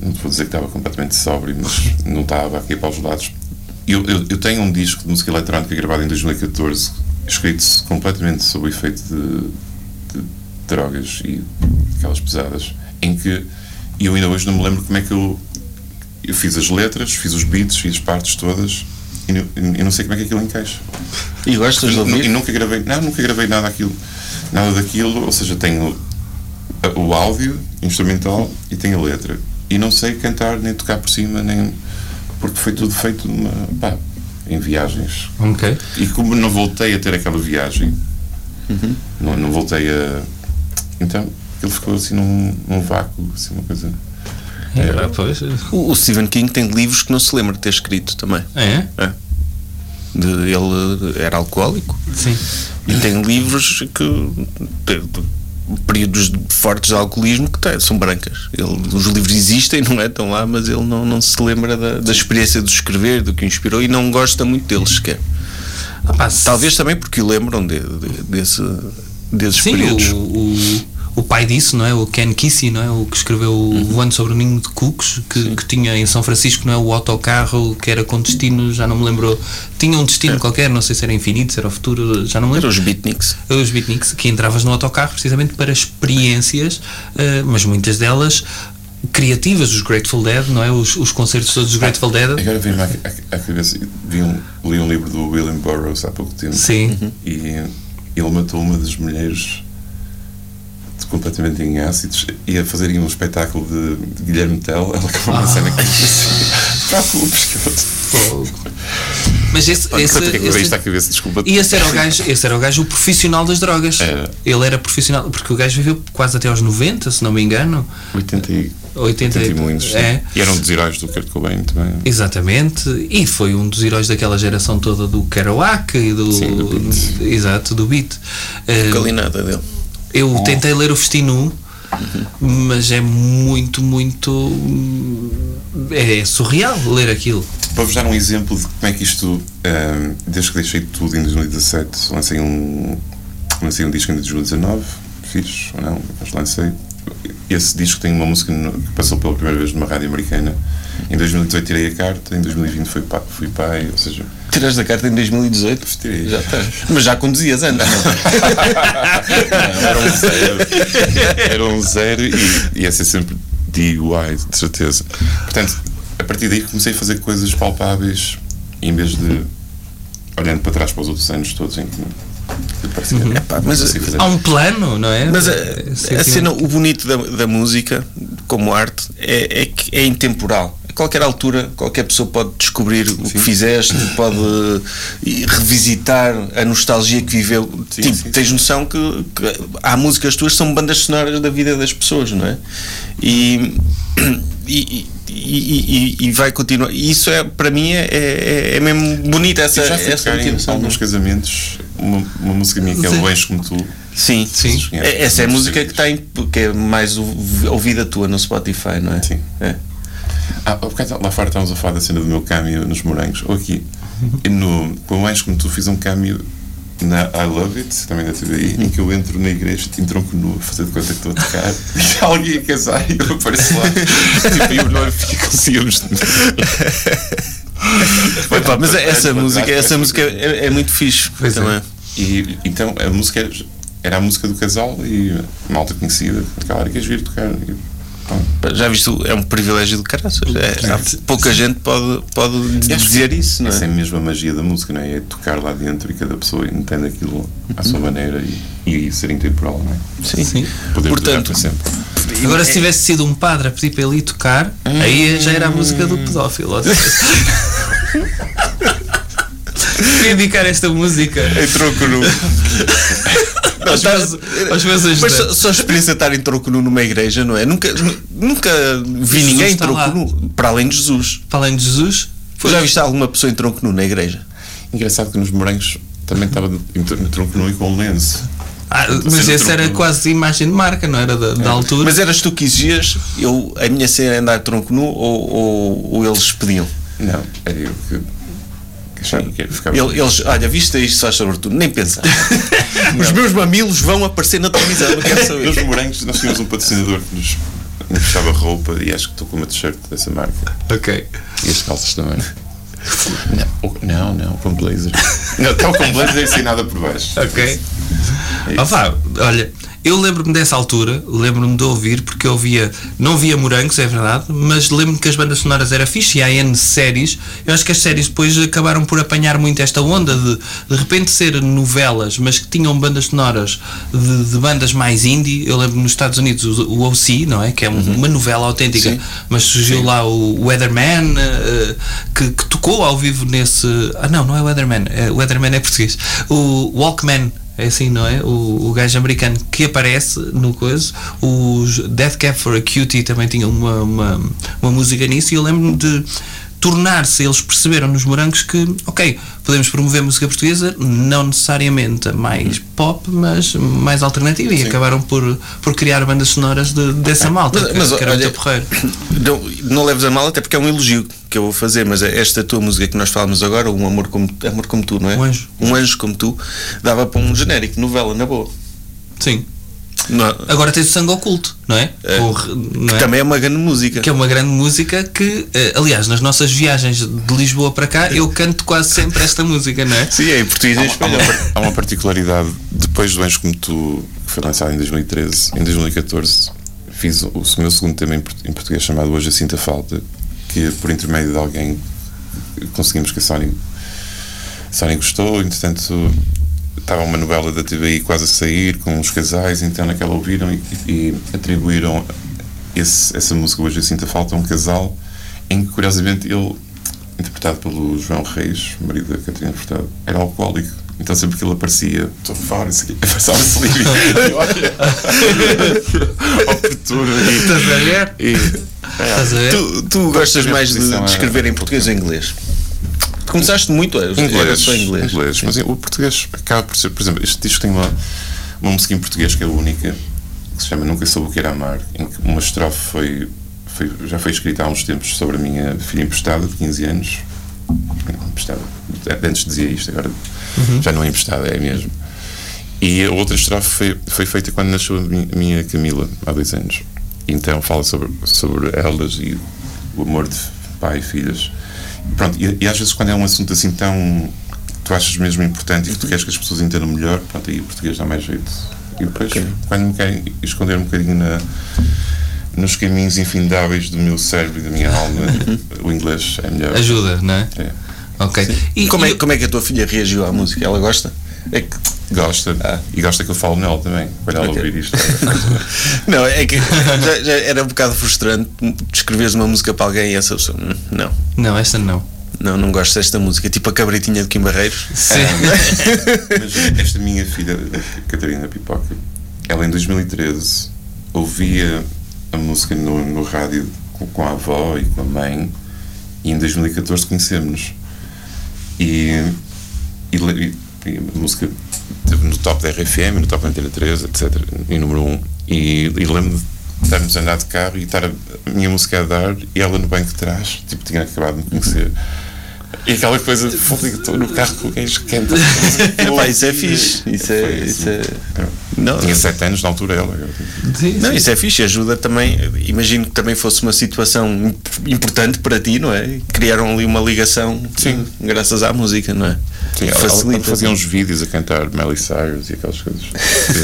[SPEAKER 6] Não vou dizer que estava completamente sóbrio, mas não estava aqui para os lados. Eu, eu, eu tenho um disco de música eletrónica gravado em 2014, escrito completamente sob o efeito de, de drogas e aquelas pesadas, em que e eu ainda hoje não me lembro como é que eu. Eu fiz as letras, fiz os beats, fiz as partes todas e não, e não sei como é que aquilo encaixa.
[SPEAKER 3] E gostas de
[SPEAKER 6] Nu- E
[SPEAKER 3] ouvir?
[SPEAKER 6] nunca gravei, não, nunca gravei nada daquilo, nada daquilo, ou seja, tenho a- o áudio instrumental e tenho a letra. E não sei cantar nem tocar por cima, nem porque foi tudo feito numa, pá, em viagens.
[SPEAKER 5] Ok.
[SPEAKER 6] E como não voltei a ter aquela viagem, não, não voltei a. Então, ele ficou assim num, num vácuo, assim, uma coisa.
[SPEAKER 5] Ah, pois.
[SPEAKER 3] O, o Stephen King tem livros que não se lembra de ter escrito também.
[SPEAKER 5] É?
[SPEAKER 3] De- ele era alcoólico
[SPEAKER 5] Sim.
[SPEAKER 3] e tem livros que. de- de períodos de- fortes de alcoolismo que tem, são brancas. Ele- os livros existem, não é? Estão lá, mas ele não, não se lembra da, da experiência de os escrever, do que o inspirou e não gosta muito deles sequer.
[SPEAKER 5] Ah, pá,
[SPEAKER 3] Talvez também porque o lembram de- de- desse, desses
[SPEAKER 5] Sim,
[SPEAKER 3] períodos.
[SPEAKER 5] o, o, o pai disso, não é? O Ken Kesey, não é? O que escreveu o Ano sobre o Ninho de Cucos, que, que tinha em São Francisco, não é? O autocarro que era com destino, já não me lembro. Tinha um destino qualquer, não sei se era infinito, se era o futuro, já não me
[SPEAKER 3] Eram
[SPEAKER 5] lembro.
[SPEAKER 3] os beatniks.
[SPEAKER 5] Os beatniks, que entravas no autocarro precisamente para experiências, eh, mas muitas delas criativas, os Grateful Dead, não é? Os, os concertos todos dos Grateful Dead.
[SPEAKER 6] Agora veio-me à, à- à cabeça, vi um, li um livro do William Burroughs há pouco tempo.
[SPEAKER 5] Sim.
[SPEAKER 6] E ele matou uma das mulheres de- completamente em ácidos. Ia fazer um espetáculo de, de Guilherme Tell. Ela com uma
[SPEAKER 5] Ah.
[SPEAKER 6] cena que disse: Preocupes, que eu te.
[SPEAKER 5] Uhum. Mas esse. esse-
[SPEAKER 6] Sabe o que é que me veio
[SPEAKER 5] esse-
[SPEAKER 6] isto à cabeça? Desculpa.
[SPEAKER 5] E esse era, o gajo, esse era o gajo, o profissional das drogas.
[SPEAKER 6] Era.
[SPEAKER 5] Ele era profissional, porque o gajo viveu quase até aos 90, se não me engano.
[SPEAKER 6] 80 e,
[SPEAKER 5] 80
[SPEAKER 6] e muitos.
[SPEAKER 5] É.
[SPEAKER 6] E eram dos heróis do Kurt Cobain também.
[SPEAKER 5] Exatamente, e foi um dos heróis daquela geração toda do Kerouac e do.
[SPEAKER 6] Sim, do Beat.
[SPEAKER 5] Exato, do beat. Eh,
[SPEAKER 3] Calinada dele.
[SPEAKER 5] eu
[SPEAKER 6] Ah.
[SPEAKER 5] tentei ler o Festino, mas é muito, muito. hum, É surreal ler aquilo.
[SPEAKER 6] Para vos dar um exemplo de como é que isto, ahm, desde que deixei tudo em 2017, lancei um, lancei um disco em 2019, fiz ou não, mas lancei. Esse disco tem uma música no- que passou pela primeira vez numa rádio americana. Em 2018 tirei a carta, em 2020 fui pai, fui pai ou seja,
[SPEAKER 3] Tiras da carta em 2018.
[SPEAKER 6] tirei.
[SPEAKER 3] Já está. Mas já conduzias antes. não é?
[SPEAKER 6] Era um zero. Era um zero e ia ser sempre DUI, de certeza. Portanto, a partir daí comecei a fazer coisas palpáveis em vez de olhando para trás para os outros anos todos em que eu parecia-
[SPEAKER 3] Epá, mas-
[SPEAKER 6] não sei assim fazer.
[SPEAKER 5] Há um plano, não é?
[SPEAKER 3] Mas
[SPEAKER 6] eh,
[SPEAKER 5] É
[SPEAKER 3] a, a
[SPEAKER 5] sentimento.
[SPEAKER 3] cena, o bonito da, da música, como arte, é, é que é intemporal. A qualquer altura, qualquer pessoa pode descobrir o que fizeste, pode eh, revisitar a nostalgia que viveu.
[SPEAKER 6] Sim,
[SPEAKER 3] tipo,
[SPEAKER 6] sim,
[SPEAKER 3] tens noção que, que há músicas tuas que são bandas sonoras da vida das pessoas, não é? E. e- e- e- e- e vai continuar. E Isso é para mim é, é, é mesmo bonita essa,
[SPEAKER 6] Eu já fui
[SPEAKER 3] essa
[SPEAKER 6] tocar em
[SPEAKER 3] motivação, não é?
[SPEAKER 6] alguns casamentos uma, uma música minha que é
[SPEAKER 5] Sim.
[SPEAKER 6] o Anjo Como Tu.
[SPEAKER 3] Sim,
[SPEAKER 5] Sim.
[SPEAKER 3] sim. É- Essa é a música que, tá em- que é mais ouv- ouvida tua no Spotify, não é?
[SPEAKER 6] Sim.
[SPEAKER 3] É.
[SPEAKER 6] Ah, há bocado lá fora estávamos a falar da cena do meu câmbio nos morangos. Ou aqui, no, com o Anjo Como Tu fiz um câmbio na I Love It, também da TVI, em que eu entro na igreja, te entronco nu, a fazer de conta que estou a tocar, e alguém a casar e eu apareço lá. tipo, e o noivo fica com ciúmes de mim.
[SPEAKER 3] Epá, mas é essa
[SPEAKER 6] Atrás,
[SPEAKER 3] música,
[SPEAKER 6] atrás,
[SPEAKER 3] essa música é, é muito fixe também.
[SPEAKER 6] E então a música era, era a música do casal e malta conhecida, claro, que és vir tocar. E, pronto.
[SPEAKER 3] Pá, Já viste, o- é um privilégio do caraças. É, há- pouca gente pode, pode
[SPEAKER 6] acho
[SPEAKER 3] dizer isso, não
[SPEAKER 6] Essa é
[SPEAKER 3] é?
[SPEAKER 6] mesmo a magia da música, não é? É tocar lá dentro e cada pessoa entende aquilo à sua maneira e, e ser intemporal, não é?
[SPEAKER 3] Sim.
[SPEAKER 6] Poder durar
[SPEAKER 3] Portanto,
[SPEAKER 6] para sempre.
[SPEAKER 5] Agora, se tivesse sido um padre a pedir para ele ir tocar, aí já era a música do pedófilo. ou seja. Queria indicar esta música
[SPEAKER 6] É troco nu.
[SPEAKER 5] aos meus, aos meus
[SPEAKER 3] tá, Mas
[SPEAKER 5] ajudantes.
[SPEAKER 3] só, só a experiência de estar em troco nu numa igreja, não é? Nunca, nu- nunca vi
[SPEAKER 5] Jesus
[SPEAKER 3] ninguém em
[SPEAKER 5] está
[SPEAKER 3] troco
[SPEAKER 5] lá.
[SPEAKER 3] nu, para além de Jesus.
[SPEAKER 5] Para além de Jesus, ah,
[SPEAKER 3] Já viste alguma pessoa em tronco nu na igreja?
[SPEAKER 6] Engraçado que nos morangos também estava em tro- em tronco nu e com lenço.
[SPEAKER 5] Ah, mas
[SPEAKER 6] Sendo
[SPEAKER 5] essa era
[SPEAKER 6] tronco.
[SPEAKER 5] quase imagem de marca, não era da, da altura.
[SPEAKER 3] É. Mas eras tu que exigias, eu, a minha cena é andar de tronco nu ou, ou, ou eles pediam?
[SPEAKER 6] Não, era É, eu que, que achava que era- ficava.
[SPEAKER 3] Ele- Eles, olha, viste isto, faz sobretudo, nem pensar. Os meus mamilos vão aparecer na televisão, não quero
[SPEAKER 6] Nos
[SPEAKER 3] saber.
[SPEAKER 6] morangos nós tínhamos um patrocinador que nos nos fechava roupa e acho que estou com uma t-shirt dessa marca.
[SPEAKER 3] é-
[SPEAKER 5] Ok.
[SPEAKER 6] E as calças também. Não, o- não, não, com blazer. Não, estava com blazer e sem nada por baixo.
[SPEAKER 5] Ok.
[SPEAKER 6] É isso.
[SPEAKER 5] Ah, pá, olha, eu lembro-me dessa altura, lembro-me de ouvir, porque eu via, não via morangos, é verdade, mas lembro-me que as bandas sonoras era fixe e há N séries. Eu acho que as séries depois acabaram por apanhar muito esta onda de de repente ser novelas, mas que tinham bandas sonoras de, de bandas mais indie. Eu lembro nos Estados Unidos o, o OC, não é? Que é um-
[SPEAKER 6] Uhum.
[SPEAKER 5] uma novela autêntica, mas surgiu lá o Weatherman, eh, que, que tocou ao vivo nesse. Ah, não, não é Weatherman, é, Weatherman é português. O Walkman. É assim, não é? O, o gajo americano que aparece no coisa. Os Death Cab for a Cutie também tinham uma, uma, uma música nisso e eu lembro-me de tornar-se, eles perceberam nos morangos que, ok, podemos promover música portuguesa, não necessariamente a mais
[SPEAKER 3] Hum.
[SPEAKER 5] pop, mas mais alternativa. E acabaram por, por criar bandas sonoras de- dessa malta,
[SPEAKER 3] Mas-
[SPEAKER 5] que,
[SPEAKER 3] mas,
[SPEAKER 5] que era
[SPEAKER 3] olha,
[SPEAKER 5] muito porreiro.
[SPEAKER 3] Não, não leves a mal, até porque é um elogio que eu vou fazer, mas esta tua música que nós falámos agora, Um Amor Como, amor como Tu, não é?
[SPEAKER 5] Um Anjo.
[SPEAKER 3] Um Anjo Como Tu, dava para um genérico, novela, na boa.
[SPEAKER 5] Sim.
[SPEAKER 3] Não,
[SPEAKER 5] Agora tens o Sangue Oculto, não é?
[SPEAKER 3] É.
[SPEAKER 5] Com o re- não
[SPEAKER 3] que
[SPEAKER 5] é?
[SPEAKER 3] também é uma grande música.
[SPEAKER 5] que é uma grande música que, eh, aliás, nas nossas viagens de Lisboa para cá, eu canto quase sempre esta música, não é?
[SPEAKER 3] Sim, é em português em
[SPEAKER 6] Há uma, há uma
[SPEAKER 3] espanhol.
[SPEAKER 6] par- há uma particularidade. Depois do Anjo Como Tu, que foi lançado em 2013, em 2014, fiz o, o meu segundo tema em, port- em português chamado Hoje a Sinta Falta, que por intermédio de alguém conseguimos que a Sony, a Sony gostou, entretanto estava uma novela da TVI quase a sair com os casais, então naquela ouviram e, e atribuíram esse- essa música Hoje a Sinta Falta a um casal em que curiosamente ele interpretado pelo João Reis, marido da Catarina Furtado, era alcoólico. Então sempre que ele aparecia, estou fora, isso aqui, um passava-se livre. E olha, Oportuno.
[SPEAKER 5] Estás a ver?
[SPEAKER 6] E, e, é,
[SPEAKER 5] Estás a ver?
[SPEAKER 3] Tu, tu gostas
[SPEAKER 6] minha
[SPEAKER 3] mais de,
[SPEAKER 6] posição
[SPEAKER 3] de
[SPEAKER 6] era-
[SPEAKER 3] escrever em português ou em inglês? Começaste muito, é, era só em inglês.
[SPEAKER 6] Mas o português acaba por ser, por exemplo, este disco tem uma, uma música em português que é única, que se chama Nunca Soube o que era amar, em que uma estrofe foi, foi- já foi escrita há uns tempos sobre a minha filha emprestada de 15 anos. Emprestada. É, Antes dizia isto, agora
[SPEAKER 3] Uhum.
[SPEAKER 6] já não é emprestada, é mesmo. E a outra estrofe foi, foi feita quando nasceu a mi- a minha Camila, há dois anos. Então fala sobre, sobre elas e o amor de pai e filhas. Pronto, e, e às vezes quando é um assunto assim tão. tu achas mesmo importante e que tu queres que as pessoas entendam melhor, pronto, aí o português dá mais jeito. E depois, quando me querem esconder um bocadinho na- nos caminhos infindáveis do meu cérebro e da minha alma, o inglês é melhor.
[SPEAKER 5] Ajuda, não é?
[SPEAKER 6] É.
[SPEAKER 5] Ok. E,
[SPEAKER 3] Como é,
[SPEAKER 5] e-
[SPEAKER 3] como é que a tua filha reagiu à música? Ela gosta? É que-
[SPEAKER 6] Gosta.
[SPEAKER 3] Ah.
[SPEAKER 6] E gosta que eu falo nela também, quando ela ouvir isto.
[SPEAKER 3] não, é que já, já era um bocado frustrante escreveres uma música para alguém e essa pessoa. "Hum, Não,
[SPEAKER 5] Não, esta não.
[SPEAKER 3] não, não gosto desta música. Tipo a cabritinha de Kim Barreiros.
[SPEAKER 5] Sim.
[SPEAKER 6] Mas esta minha filha, a Catarina Pipoca, ela em 2013 ouvia a música no, no rádio com, com a avó e com a mãe e em 2014 conhecemos-nos. E, e, le- e- e a música esteve no top da RFM, no top da Antena 3, etc. Em número 1. E, e lembro-me de estarmos a andar de carro e estar a, a minha música a dar e ela no banco de trás, tipo, tinha acabado de me conhecer. E aquela coisa de fogo, estou no carro com o gajo quente.
[SPEAKER 3] É pá, isso é fixe. Isso é. Isso é... Não,
[SPEAKER 6] Tinha 7 anos na altura ela. agora tem-
[SPEAKER 3] Não, isso é fixe, ajuda também. Imagino que também fosse uma situação imp- importante para ti, não é? Criaram ali uma ligação
[SPEAKER 6] Sim.
[SPEAKER 3] graças à música, não é?
[SPEAKER 6] Sim, ela- ela,
[SPEAKER 3] Facilita.
[SPEAKER 6] ela fazia uns vídeos a cantar Miley Cyrus e aquelas coisas.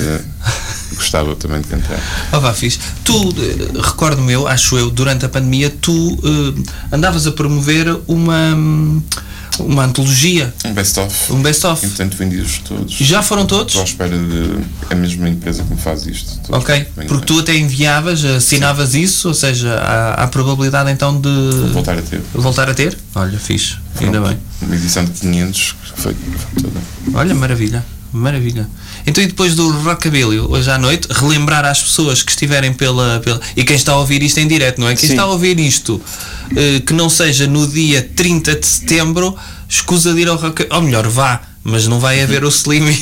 [SPEAKER 6] Eh, Gostava também de cantar.
[SPEAKER 5] Ah, vá, fixe. Tu, eh, recordo-me eu, acho eu, durante a pandemia, tu eh, andavas a promover uma, hum, uma antologia,
[SPEAKER 6] Um best-of.
[SPEAKER 5] um best-of.
[SPEAKER 3] Então,
[SPEAKER 6] Entretanto, vendidos todos.
[SPEAKER 5] Já foram todos?
[SPEAKER 6] Estou à espera de. É mesmo a empresa que me faz isto. Estou à
[SPEAKER 5] Ok,
[SPEAKER 6] espera que venha.
[SPEAKER 5] porque tu até enviavas, assinavas isso, ou seja, há, há probabilidade então de
[SPEAKER 6] Voltar a ter.
[SPEAKER 5] voltar a ter? Olha, fixe, ainda bem.
[SPEAKER 6] Uma edição de 500 que foi toda.
[SPEAKER 5] Olha, maravilha, maravilha. Então, e depois do Rockabilly, hoje à noite, relembrar às pessoas que estiverem pela. pela- e quem está a ouvir isto em direto, não é? Quem está a ouvir isto eh, que não seja no dia 30 de setembro, escusa de ir ao Rockabilly. Ou melhor, vá, mas não vai haver o Slim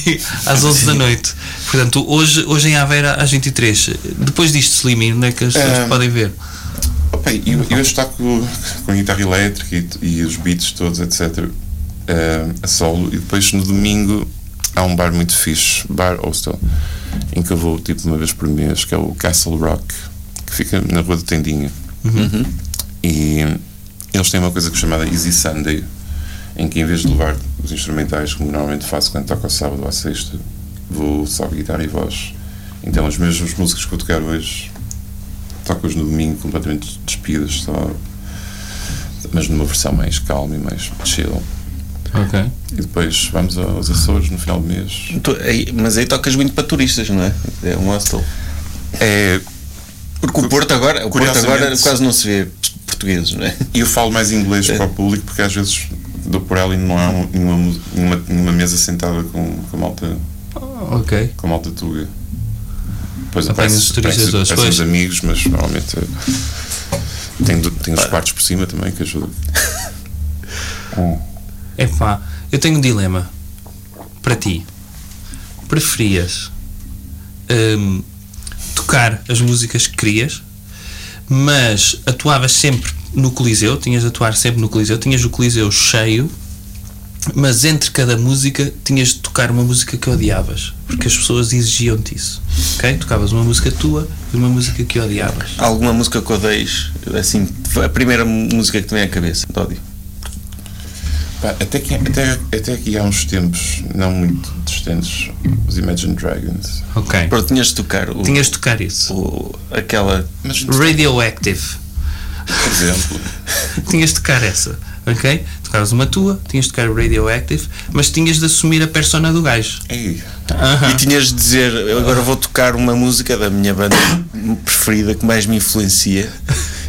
[SPEAKER 5] às 11 da noite. Portanto, hoje, hoje em Aveira, às 23. Depois disto, Slim, onde é que as pessoas
[SPEAKER 6] Ah.
[SPEAKER 5] podem ver?
[SPEAKER 6] Opa, e, o- e o Eustáquio com a guitarra elétrica e, t- e os beats todos, etc. eh, a solo. E depois no domingo há um bar muito fixe, bar hostel, em que eu vou tipo uma vez por mês, que é o Castle Rock, que fica na Rua do Tendinha. E eles têm uma coisa que é chamada Easy Sunday, em que em vez de levar os instrumentais, como normalmente faço quando toco ao sábado ou à sexta, vou só guitarra e voz. Então as mesmas músicas que eu tocar hoje tocas no domingo completamente despidas, só, mas numa versão mais calma e mais chill.
[SPEAKER 5] Ok.
[SPEAKER 6] E depois vamos aos Açores no final do mês.
[SPEAKER 3] Tu- aí- mas aí tocas muito para turistas, não é? É um hostel.
[SPEAKER 6] É,
[SPEAKER 3] Porque o Porto agora, o Porto
[SPEAKER 6] Curiosamente-
[SPEAKER 3] agora quase não se vê portugueses, não é?
[SPEAKER 6] eu falo mais inglês para o público porque às vezes dou por ela e não há um- nenhuma, mu- nenhuma, nenhuma mesa sentada com, com a malta,
[SPEAKER 5] Ok.
[SPEAKER 6] com a malta tuga.
[SPEAKER 5] Apanhas
[SPEAKER 6] Depois aparece-
[SPEAKER 5] os turistas
[SPEAKER 6] aparece-
[SPEAKER 5] todos,
[SPEAKER 6] aparecem os
[SPEAKER 5] pois.
[SPEAKER 6] amigos, mas normalmente é, tem, do- tem os quartos por cima também que ajuda.
[SPEAKER 5] Epá, eu tenho um dilema para ti. Preferias hum, tocar as músicas que querias, mas atuavas sempre no Coliseu, tinhas de atuar sempre no Coliseu, tinhas o Coliseu cheio, mas entre cada música tinhas de tocar uma música que odiavas, porque as pessoas exigiam-te isso. Ok? Tocavas uma música tua e uma música que odiavas.
[SPEAKER 3] Há Alguma música que odeies, assim, a primeira música que te vem à cabeça, de ódio.
[SPEAKER 6] Pá, até, que, até, até aqui há uns tempos, não muito distantes, os Imagine Dragons.
[SPEAKER 5] Ok.
[SPEAKER 3] Pronto, tinhas de tocar o,
[SPEAKER 5] Tinhas de tocar isso.
[SPEAKER 3] o- aquela.
[SPEAKER 6] Mas, por
[SPEAKER 5] Radioactive.
[SPEAKER 6] exemplo,
[SPEAKER 5] tinhas de tocar essa, ok? Tocavas uma tua, tinhas de tocar Radioactive, mas tinhas de assumir a persona do gajo.
[SPEAKER 6] ei,
[SPEAKER 3] E tinhas de dizer, eu agora vou tocar uma música da minha banda preferida que mais me influencia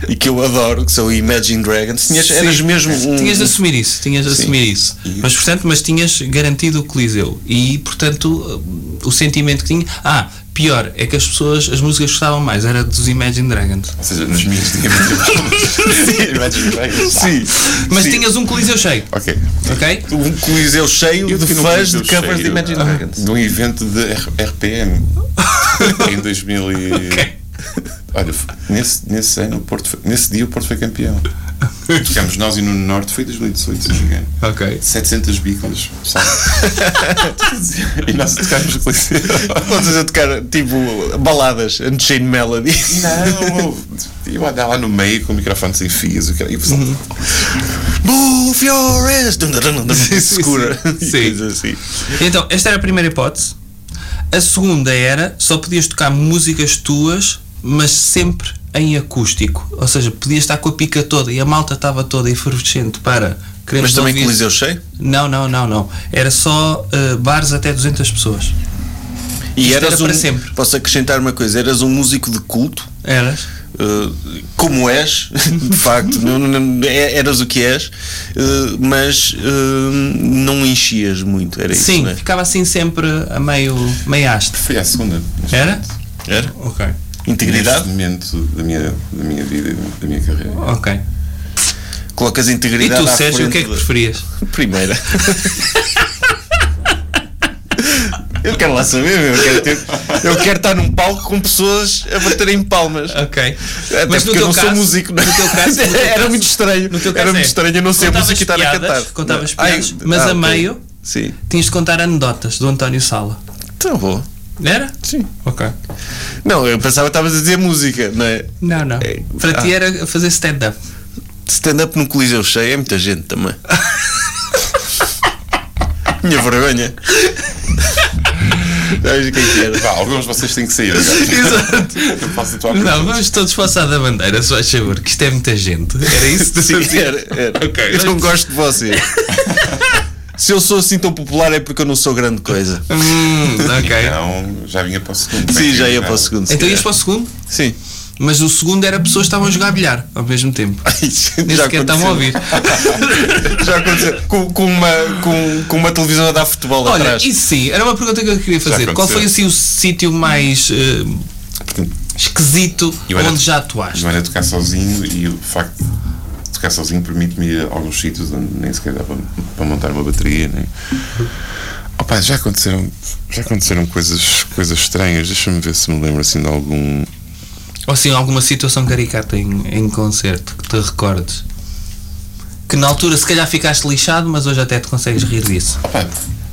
[SPEAKER 3] e que eu adoro, que são o Imagine Dragons. Tinhas, eras
[SPEAKER 5] Sim.
[SPEAKER 3] mesmo um.
[SPEAKER 5] Tinhas de assumir isso, tinhas de assumir isso. Mas, portanto, mas tinhas garantido o Coliseu. E, portanto, o sentimento que tinha... Ah, pior, é que as pessoas, as músicas que gostavam mais, era dos Imagine Dragons.
[SPEAKER 6] ou seja, nas minhas tinha muito Imagine Dragons.
[SPEAKER 3] Sim,
[SPEAKER 5] Mas
[SPEAKER 3] sim.
[SPEAKER 5] tinhas um Coliseu cheio,
[SPEAKER 6] Ok.
[SPEAKER 5] ok?
[SPEAKER 3] um coliseu cheio
[SPEAKER 6] Eu
[SPEAKER 3] de
[SPEAKER 6] fui
[SPEAKER 5] um
[SPEAKER 6] num
[SPEAKER 3] fãs de
[SPEAKER 6] concerto
[SPEAKER 3] covers
[SPEAKER 6] cheio,
[SPEAKER 3] de Imagine
[SPEAKER 6] ah,
[SPEAKER 5] é?
[SPEAKER 3] Dragons.
[SPEAKER 6] De um evento de R- RPM em 2000 e...
[SPEAKER 5] Ok.
[SPEAKER 6] Olha, f- nesse, nesse ano, o Porto foi- nesse dia o Porto foi campeão. Ficámos nós e no Norte, foi 2018, se não me engano.
[SPEAKER 5] Ok.
[SPEAKER 6] 700 bícolas. pessoal. e nós tocámos o Coliseu.
[SPEAKER 3] Podes a tocar tipo baladas, Unchained Melody.
[SPEAKER 6] Não, eu andava lá no meio com o microfone sem fios. o que era- E o pessoal,
[SPEAKER 3] Move your ass! Dun, dun, dun, dun, Segura.
[SPEAKER 5] sim.
[SPEAKER 3] Coisas assim.
[SPEAKER 5] Então, esta era a primeira hipótese. A segunda era só podias tocar músicas tuas, mas sempre em acústico. Ou seja, podias estar com a pica toda e a malta estava toda efervescente para queremos
[SPEAKER 3] Mas também
[SPEAKER 5] ouvir-
[SPEAKER 3] coliseu cheio?
[SPEAKER 5] Não, não, não, não. Era só eh, bares até 200 pessoas.
[SPEAKER 3] E
[SPEAKER 5] Isto era
[SPEAKER 3] eras um,
[SPEAKER 5] para sempre.
[SPEAKER 3] Posso acrescentar uma coisa? Eras um músico de culto,
[SPEAKER 5] Eras?
[SPEAKER 3] eh, como és, de facto, não- não- não- é- eras o que és, eh, mas eh, não enchias muito, era isso,
[SPEAKER 5] Sim,
[SPEAKER 3] não é?
[SPEAKER 5] ficava assim sempre a meio, meio haste.
[SPEAKER 6] Foi à segunda.
[SPEAKER 5] Era?
[SPEAKER 3] Era?
[SPEAKER 5] Ok.
[SPEAKER 3] Integridade?
[SPEAKER 6] É? Neste momento da minha, da minha vida e da minha carreira.
[SPEAKER 5] Ok.
[SPEAKER 3] Colocas
[SPEAKER 5] E
[SPEAKER 3] integridade
[SPEAKER 5] tu,
[SPEAKER 3] à
[SPEAKER 5] Sérgio, o que é que
[SPEAKER 3] frente
[SPEAKER 5] preferias?
[SPEAKER 3] da- Primeira. Eu quero lá saber, meu. Eu quero, ter- eu quero estar num palco com pessoas a baterem palmas.
[SPEAKER 5] Ok.
[SPEAKER 3] Até porque eu não sou músico, não é?
[SPEAKER 5] No teu caso, no teu
[SPEAKER 3] Era
[SPEAKER 5] caso-
[SPEAKER 3] muito estranho.
[SPEAKER 5] no teu
[SPEAKER 3] Era
[SPEAKER 5] caso
[SPEAKER 3] muito
[SPEAKER 5] é,
[SPEAKER 3] estranho eu não ser
[SPEAKER 5] contavas
[SPEAKER 3] músico e estar a
[SPEAKER 5] piadas,
[SPEAKER 3] cantar.
[SPEAKER 5] contavas
[SPEAKER 3] Ai, ah,
[SPEAKER 5] piadas, mas a
[SPEAKER 3] ok.
[SPEAKER 5] meio-
[SPEAKER 3] Sim.
[SPEAKER 5] Tinhas de contar anedotas do António Sala.
[SPEAKER 3] Então vou.
[SPEAKER 5] Era?
[SPEAKER 3] Sim.
[SPEAKER 5] Ok.
[SPEAKER 3] Não, eu pensava que estavas a dizer música, não é?
[SPEAKER 5] Não, não.
[SPEAKER 3] É,
[SPEAKER 5] Para
[SPEAKER 3] ah.
[SPEAKER 5] ti era fazer stand-up.
[SPEAKER 3] Stand-up no Coliseu cheio é muita gente também. Minha vergonha. Sabes o que é que era?
[SPEAKER 6] Vá, alguns de vocês têm que sair. Exato.
[SPEAKER 5] Exato.
[SPEAKER 6] Eu faço a tua
[SPEAKER 5] Não, vamos todos passar da bandeira, só a favor, que isto é muita gente. Era isso? que tu
[SPEAKER 3] Sim,
[SPEAKER 5] fazias?
[SPEAKER 3] era, era.
[SPEAKER 5] Ok.
[SPEAKER 3] Eu não gosto de você. Se eu sou assim tão popular é porque eu não sou grande coisa.
[SPEAKER 5] Hum, ok.
[SPEAKER 6] Então, já vinha para o segundo.
[SPEAKER 3] Sim, já ia
[SPEAKER 6] Não.
[SPEAKER 3] para o segundo. se
[SPEAKER 5] Então ias
[SPEAKER 3] calhar.
[SPEAKER 5] para o segundo,
[SPEAKER 3] Sim.
[SPEAKER 5] mas o segundo era pessoas que estavam a jogar bilhar ao mesmo tempo. Nem sequer estavam a ouvir.
[SPEAKER 3] Já aconteceu. Com, com uma, com, com uma televisão a dar futebol
[SPEAKER 5] Olha,
[SPEAKER 3] atrás.
[SPEAKER 5] isso sim, era uma pergunta que eu queria fazer. Qual foi assim, o sítio mais eh, esquisito
[SPEAKER 6] Eu era-
[SPEAKER 5] onde já atuaste?
[SPEAKER 6] Não era tocar sozinho e o facto de tocar sozinho permite-me ir a alguns sítios onde nem sequer dá para, para montar uma bateria. Nem... Opa, já aconteceram, já aconteceram coisas, coisas estranhas. Deixa-me ver se me lembro assim de algum.
[SPEAKER 5] Ou assim, alguma situação caricata em, em concerto que te recordes? Que na altura se calhar ficaste lixado, mas hoje até te consegues rir disso.
[SPEAKER 6] Opa,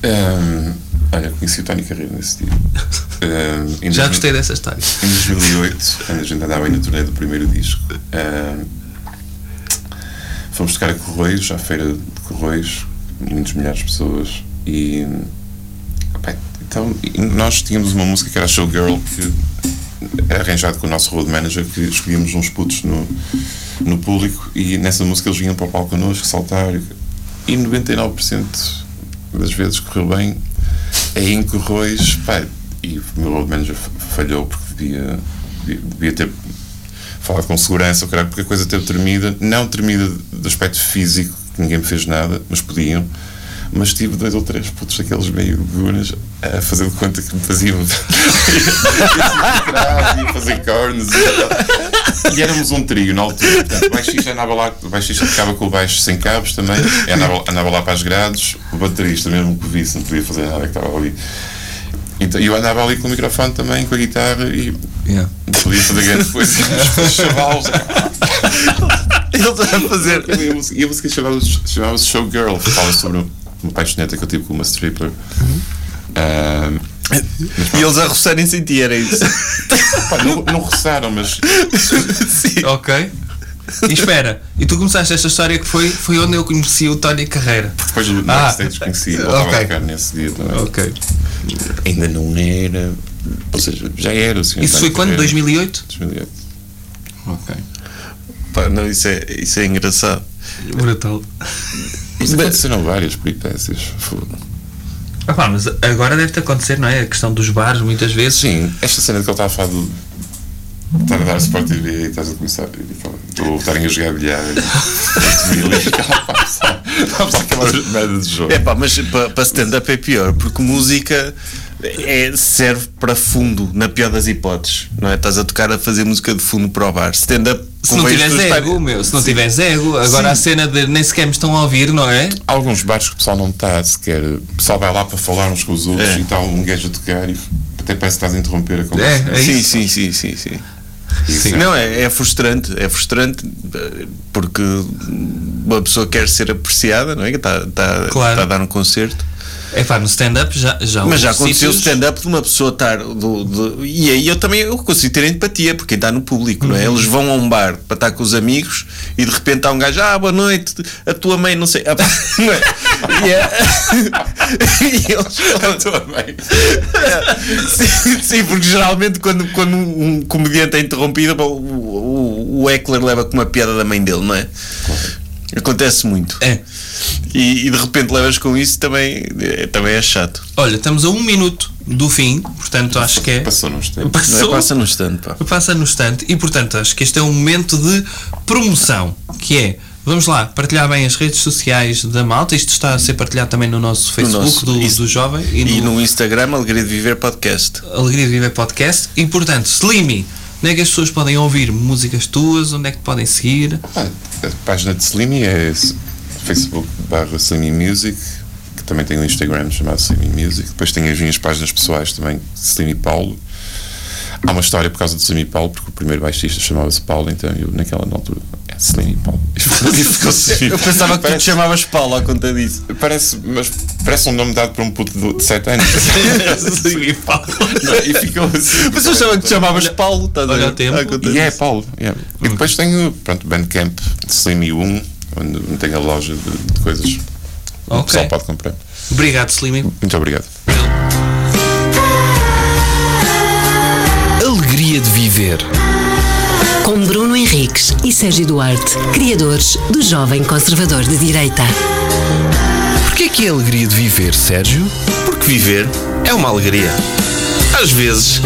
[SPEAKER 6] hum, olha, conheci o Tony Carreiro nesse dia. Hum, em
[SPEAKER 5] Já
[SPEAKER 6] 2000
[SPEAKER 5] gostei dessa história.
[SPEAKER 6] Em 2008, quando a gente andava aí no torneio do primeiro disco, ahm, fomos tocar a Correios, à feira de Correios, muitas milhares de pessoas, e. opá, então, e nós tínhamos uma música que era Showgirl, que era arranjado com o nosso road manager, que escolhíamos uns putos no, no público, e nessa música eles vinham para o palco connosco, saltar, e 99% das vezes correu bem, é em Corroios, pá, e o meu road manager fa- falhou porque devia, devia, devia ter falado com segurança, o caralho, porque a coisa teve tremida, não tremida do aspecto físico, que ninguém me fez nada, mas podiam, mas tive dois ou três putos daqueles meio gunas a fazer de conta que me um- faziam um e a fazer cornos e, tal. e éramos um trio na altura, portanto, o baixista andava lá, o baixista tocava com o baixo sem cabos também, e andava, andava lá para as grades, o baterista mesmo que visse não podia fazer nada que estava ali. Então, eu andava ali com o microfone também, com a guitarra e
[SPEAKER 5] Yeah.
[SPEAKER 6] não podia fazer grande coisa. Os chavalos.
[SPEAKER 3] Ele está a fazer.
[SPEAKER 6] E a música- e a música chamava-se chamava Showgirl. Fala sobre uma paixoneta que eu tive com uma stripper. Ah,
[SPEAKER 3] E eles a roçarem sem ti, era isso.
[SPEAKER 6] pá, não, não roçaram, mas
[SPEAKER 5] Ok. E espera, e tu começaste esta história que foi, foi onde eu conheci o Tony Carreira.
[SPEAKER 6] depois no
[SPEAKER 5] Ah,
[SPEAKER 6] backstage conheci. Ele estava
[SPEAKER 5] ok.
[SPEAKER 6] a tocar nesse dia também.
[SPEAKER 5] Ok.
[SPEAKER 6] Ainda não era. Ou seja, já era. Assim,
[SPEAKER 5] Isso foi quando? 2008?
[SPEAKER 6] 2008.
[SPEAKER 5] Ok.
[SPEAKER 3] Pá, não, isso é, isso é engraçado.
[SPEAKER 5] Brutal.
[SPEAKER 6] Mas aconteceram várias peripécias. foda.
[SPEAKER 5] Ah, pá, mas agora deve-te acontecer, não é? A questão dos bares, muitas vezes.
[SPEAKER 6] Sim, esta cena de que ele está a falar do. Estar a dar Sport TV e estás a começar. e fala, Ou estarem a jogar bilhar. e- e- Vamos àquelas merdas de jogo.
[SPEAKER 3] É pá, mas para stand-up é pior, porque música é- serve para fundo, na pior das hipóteses, não é? Estás a tocar a fazer música de fundo para o bar. Stand-up,
[SPEAKER 5] Se não
[SPEAKER 3] convém
[SPEAKER 5] tiveres
[SPEAKER 3] tu
[SPEAKER 5] ego,
[SPEAKER 3] estar-
[SPEAKER 5] meu, se não tiveres ego, agora a cena de nem sequer me estão a ouvir, não é?
[SPEAKER 6] alguns bares que o pessoal não está sequer. O pessoal vai lá para falar uns com os outros
[SPEAKER 3] É.
[SPEAKER 6] e está um gajo a tocar e até parece que estás a interromper a
[SPEAKER 5] É,
[SPEAKER 6] conversa.
[SPEAKER 5] é
[SPEAKER 3] Sim,
[SPEAKER 5] isso.
[SPEAKER 3] sim, sim, sim, sim.
[SPEAKER 6] Isso é-
[SPEAKER 3] Não, é, é frustrante, é frustrante eh, porque uma pessoa quer ser apreciada, não é? Que está está-
[SPEAKER 5] Claro.
[SPEAKER 3] está a dar um concerto.
[SPEAKER 5] É pá, no stand-up já, já
[SPEAKER 3] Mas já
[SPEAKER 5] houve
[SPEAKER 3] aconteceu
[SPEAKER 5] sítios-
[SPEAKER 3] stand-up de uma pessoa estar. do- do- e aí eu também eu consigo ter empatia porque está no público, não é? Eles vão a um bar para estar com os amigos e de repente há um gajo, ah, boa noite, a tua mãe, não sei. Ah, pá, não é? E é- e eles-
[SPEAKER 6] Eu também.
[SPEAKER 3] sim, sim, porque geralmente quando, quando um comediante é interrompido, bom, o, o, o Eckler leva com uma piada da mãe dele, não é? Acontece muito.
[SPEAKER 5] É.
[SPEAKER 3] E, e de repente levas com isso também, é- também é chato.
[SPEAKER 5] Olha, estamos a um minuto do fim, portanto acho que é.
[SPEAKER 6] Passou nos tempos.
[SPEAKER 3] Não é?
[SPEAKER 5] Passou.
[SPEAKER 3] Passa no stand, pá.
[SPEAKER 5] Passa no instante e portanto acho que este é um momento de promoção, que é. Vamos lá, partilhar bem as redes sociais da malta. Isto está a ser partilhado também no nosso Facebook
[SPEAKER 3] nosso-
[SPEAKER 5] do,
[SPEAKER 3] isso-
[SPEAKER 5] do Jovem e,
[SPEAKER 3] E
[SPEAKER 5] no,
[SPEAKER 3] no Instagram, Alegria de Viver Podcast.
[SPEAKER 5] Alegria de Viver Podcast. E portanto, Slimy, onde é que as pessoas podem ouvir músicas tuas? Onde é que podem seguir?
[SPEAKER 6] Ah, a página de Slimy é facebook barra Slimy Music, que também tenho um Instagram chamado Simi Music. Depois tenho as minhas páginas pessoais também, Simi Paulo. Há uma história por causa do Simi Paulo, porque o primeiro baixista chamava-se Paulo, então eu naquela altura é Simi Paulo. E ficou Slim.
[SPEAKER 3] Eu pensava que tu te
[SPEAKER 6] parece,
[SPEAKER 3] chamavas Paulo à conta disso.
[SPEAKER 6] parece, mas parece um nome dado para um puto de 7 anos. Simi Paulo. e ficou assim.
[SPEAKER 3] Mas eu achava que te chamavas Paulo, estás a
[SPEAKER 5] olha
[SPEAKER 3] ver?
[SPEAKER 5] o tempo.
[SPEAKER 3] À conta
[SPEAKER 6] E é
[SPEAKER 3] disso.
[SPEAKER 6] Paulo. yeah. E depois tenho, pronto, Bandcamp Slimy1, onde tenho a loja de, de coisas que o
[SPEAKER 5] Ok.
[SPEAKER 6] pessoal pode comprar.
[SPEAKER 5] Obrigado, Slimmy.
[SPEAKER 6] Muito obrigado.
[SPEAKER 2] Alegria de viver.
[SPEAKER 4] Com Bruno Henriques e Sérgio Duarte, criadores do Jovem Conservador de Direita.
[SPEAKER 2] Porquê que é alegria de viver, Sérgio?
[SPEAKER 7] Porque viver é uma alegria. Às vezes.